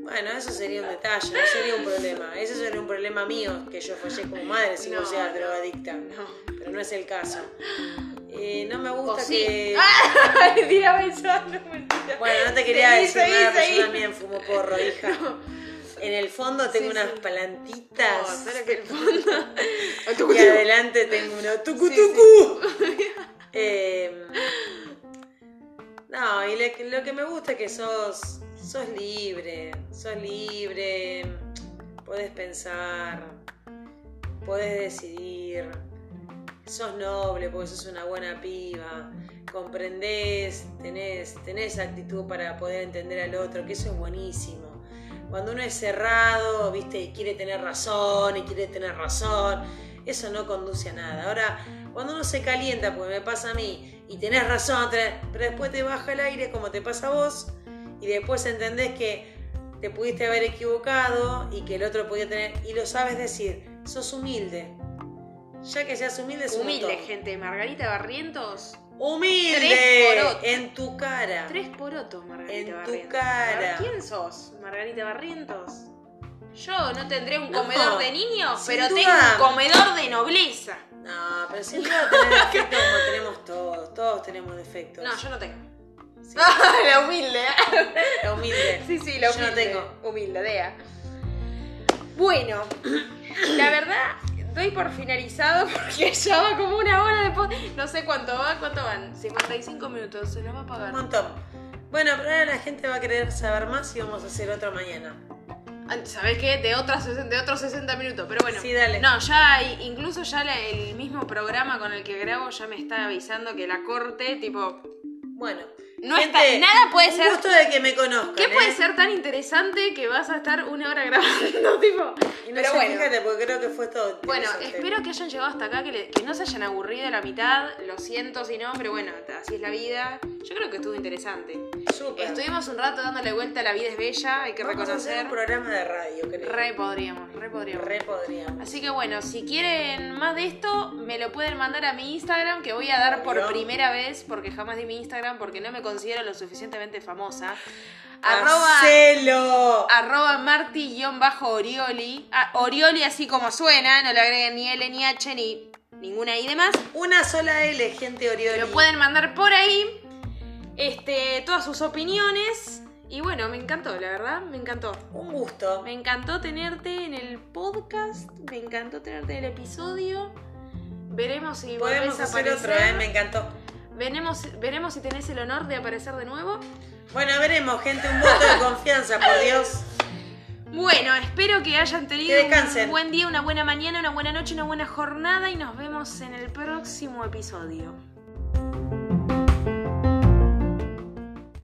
Speaker 2: Bueno, eso sería un detalle, no sería un problema. Eso sería un problema mío, que yo follé como madre si no,
Speaker 1: No,
Speaker 2: sea
Speaker 1: no.
Speaker 2: drogadicta.
Speaker 1: No.
Speaker 2: Pero no es el caso. Eh, no me gusta
Speaker 1: O sí.
Speaker 2: que...
Speaker 1: Tiraba eso, no mentira.
Speaker 2: Bueno, no te quería
Speaker 1: Seguí,
Speaker 2: decir
Speaker 1: seguí,
Speaker 2: nada, pero
Speaker 1: seguí.
Speaker 2: yo también fumo porro, hija. En el fondo tengo
Speaker 1: Sí,
Speaker 2: unas
Speaker 1: sí. No,
Speaker 2: plantitas.
Speaker 1: espera que el fondo.
Speaker 2: y adelante tengo uno tucu
Speaker 1: Sí,
Speaker 2: tucu. Em, no, y le- lo que me gusta es que sos, sos libre, sos libre, podés pensar, podés decidir, sos noble porque sos una buena piba, comprendés, tenés, tenés actitud para poder entender al otro, que eso es buenísimo. Cuando uno es cerrado, viste, y quiere tener razón, y quiere tener razón, eso no conduce a nada. Ahora, cuando uno se calienta, porque me pasa a mí, y tenés razón, tenés- pero después te baja el aire como te pasa a vos, y después entendés que te pudiste haber equivocado y que el otro podía tener, y lo sabes decir, sos humilde. Ya que seas humilde, es un
Speaker 1: Humilde,
Speaker 2: montón.
Speaker 1: gente. Margarita Barrientos Tres
Speaker 2: Humilde.
Speaker 1: porotos.
Speaker 2: En tu cara.
Speaker 1: Tres porotos, Margarita
Speaker 2: En tu
Speaker 1: Barrientos.
Speaker 2: cara.
Speaker 1: ¿Quién sos, Margarita Barrientos? Yo no tendré un
Speaker 2: No,
Speaker 1: comedor de niños,
Speaker 2: sin
Speaker 1: pero
Speaker 2: duda.
Speaker 1: tengo un comedor de nobleza.
Speaker 2: No, pero sin duda tener defectos como tenemos todos. Todos tenemos defectos.
Speaker 1: No, yo no tengo.
Speaker 2: Sí,
Speaker 1: la humilde. ¿eh?
Speaker 2: la humilde.
Speaker 1: Sí, sí, la
Speaker 2: Yo no
Speaker 1: humilde.
Speaker 2: tengo.
Speaker 1: Humilde, Dea. Bueno, la verdad, doy por finalizado porque ya va como una hora después. No sé cuánto va, cuánto van. 55 minutos, se nos va a
Speaker 2: Un
Speaker 1: pagar.
Speaker 2: montón. Bueno, pero ahora la gente va a querer saber más y vamos a hacer otra mañana.
Speaker 1: ¿Sabés qué? De, otras, sesen- de otros 60 minutos, pero bueno.
Speaker 2: Sí, dale.
Speaker 1: No, ya, i- incluso ya la- el mismo programa con el que grabo ya me está avisando que la corte, tipo.
Speaker 2: Bueno.
Speaker 1: No está- nada puede
Speaker 2: un
Speaker 1: ser-
Speaker 2: gusto de que me conozcan.
Speaker 1: ¿Qué
Speaker 2: ¿eh?
Speaker 1: puede ser tan interesante que vas a estar una hora grabando, tipo?
Speaker 2: Y no
Speaker 1: pero
Speaker 2: sé,
Speaker 1: bueno.
Speaker 2: fíjate, porque creo que fue todo.
Speaker 1: Bueno,
Speaker 2: interesante.
Speaker 1: espero que hayan llegado hasta acá, que, le- que no se hayan aburrido a la mitad. Lo siento si no, pero bueno, así es la vida. Yo creo que estuvo interesante.
Speaker 2: Súper.
Speaker 1: Estuvimos un rato dándole vuelta a la vida es bella, hay que
Speaker 2: Vamos a
Speaker 1: reconocer.
Speaker 2: hacer un programa de radio, creo.
Speaker 1: Re podríamos, re podríamos.
Speaker 2: Re podríamos.
Speaker 1: Así que bueno, si quieren más de esto, me lo pueden mandar a mi Instagram, que voy a dar por
Speaker 2: Obvio.
Speaker 1: primera vez, porque jamás di mi Instagram, porque no me considero lo suficientemente famosa. Arroba,
Speaker 2: ¡Hacelo!
Speaker 1: arroba marti-orioli. Ah, Orioli así como suena, no le agreguen ni L ni H ni ninguna I demás.
Speaker 2: Una sola L, gente Orioli.
Speaker 1: Lo pueden mandar por ahí. Este, todas sus opiniones. Y bueno, me encantó, la verdad, me encantó.
Speaker 2: Un gusto.
Speaker 1: Me encantó tenerte en el podcast, me encantó tenerte en el episodio. Veremos si
Speaker 2: Podemos
Speaker 1: volvés a
Speaker 2: hacer
Speaker 1: aparecer.
Speaker 2: otro, ¿eh? me encantó.
Speaker 1: veremos, veremos si tenés el honor de aparecer de nuevo.
Speaker 2: Bueno, veremos, gente, un voto de confianza, por Dios.
Speaker 1: Bueno, espero que hayan tenido
Speaker 2: Que descansen.
Speaker 1: un buen día, una buena mañana, una buena noche, una buena jornada y nos vemos en el próximo episodio.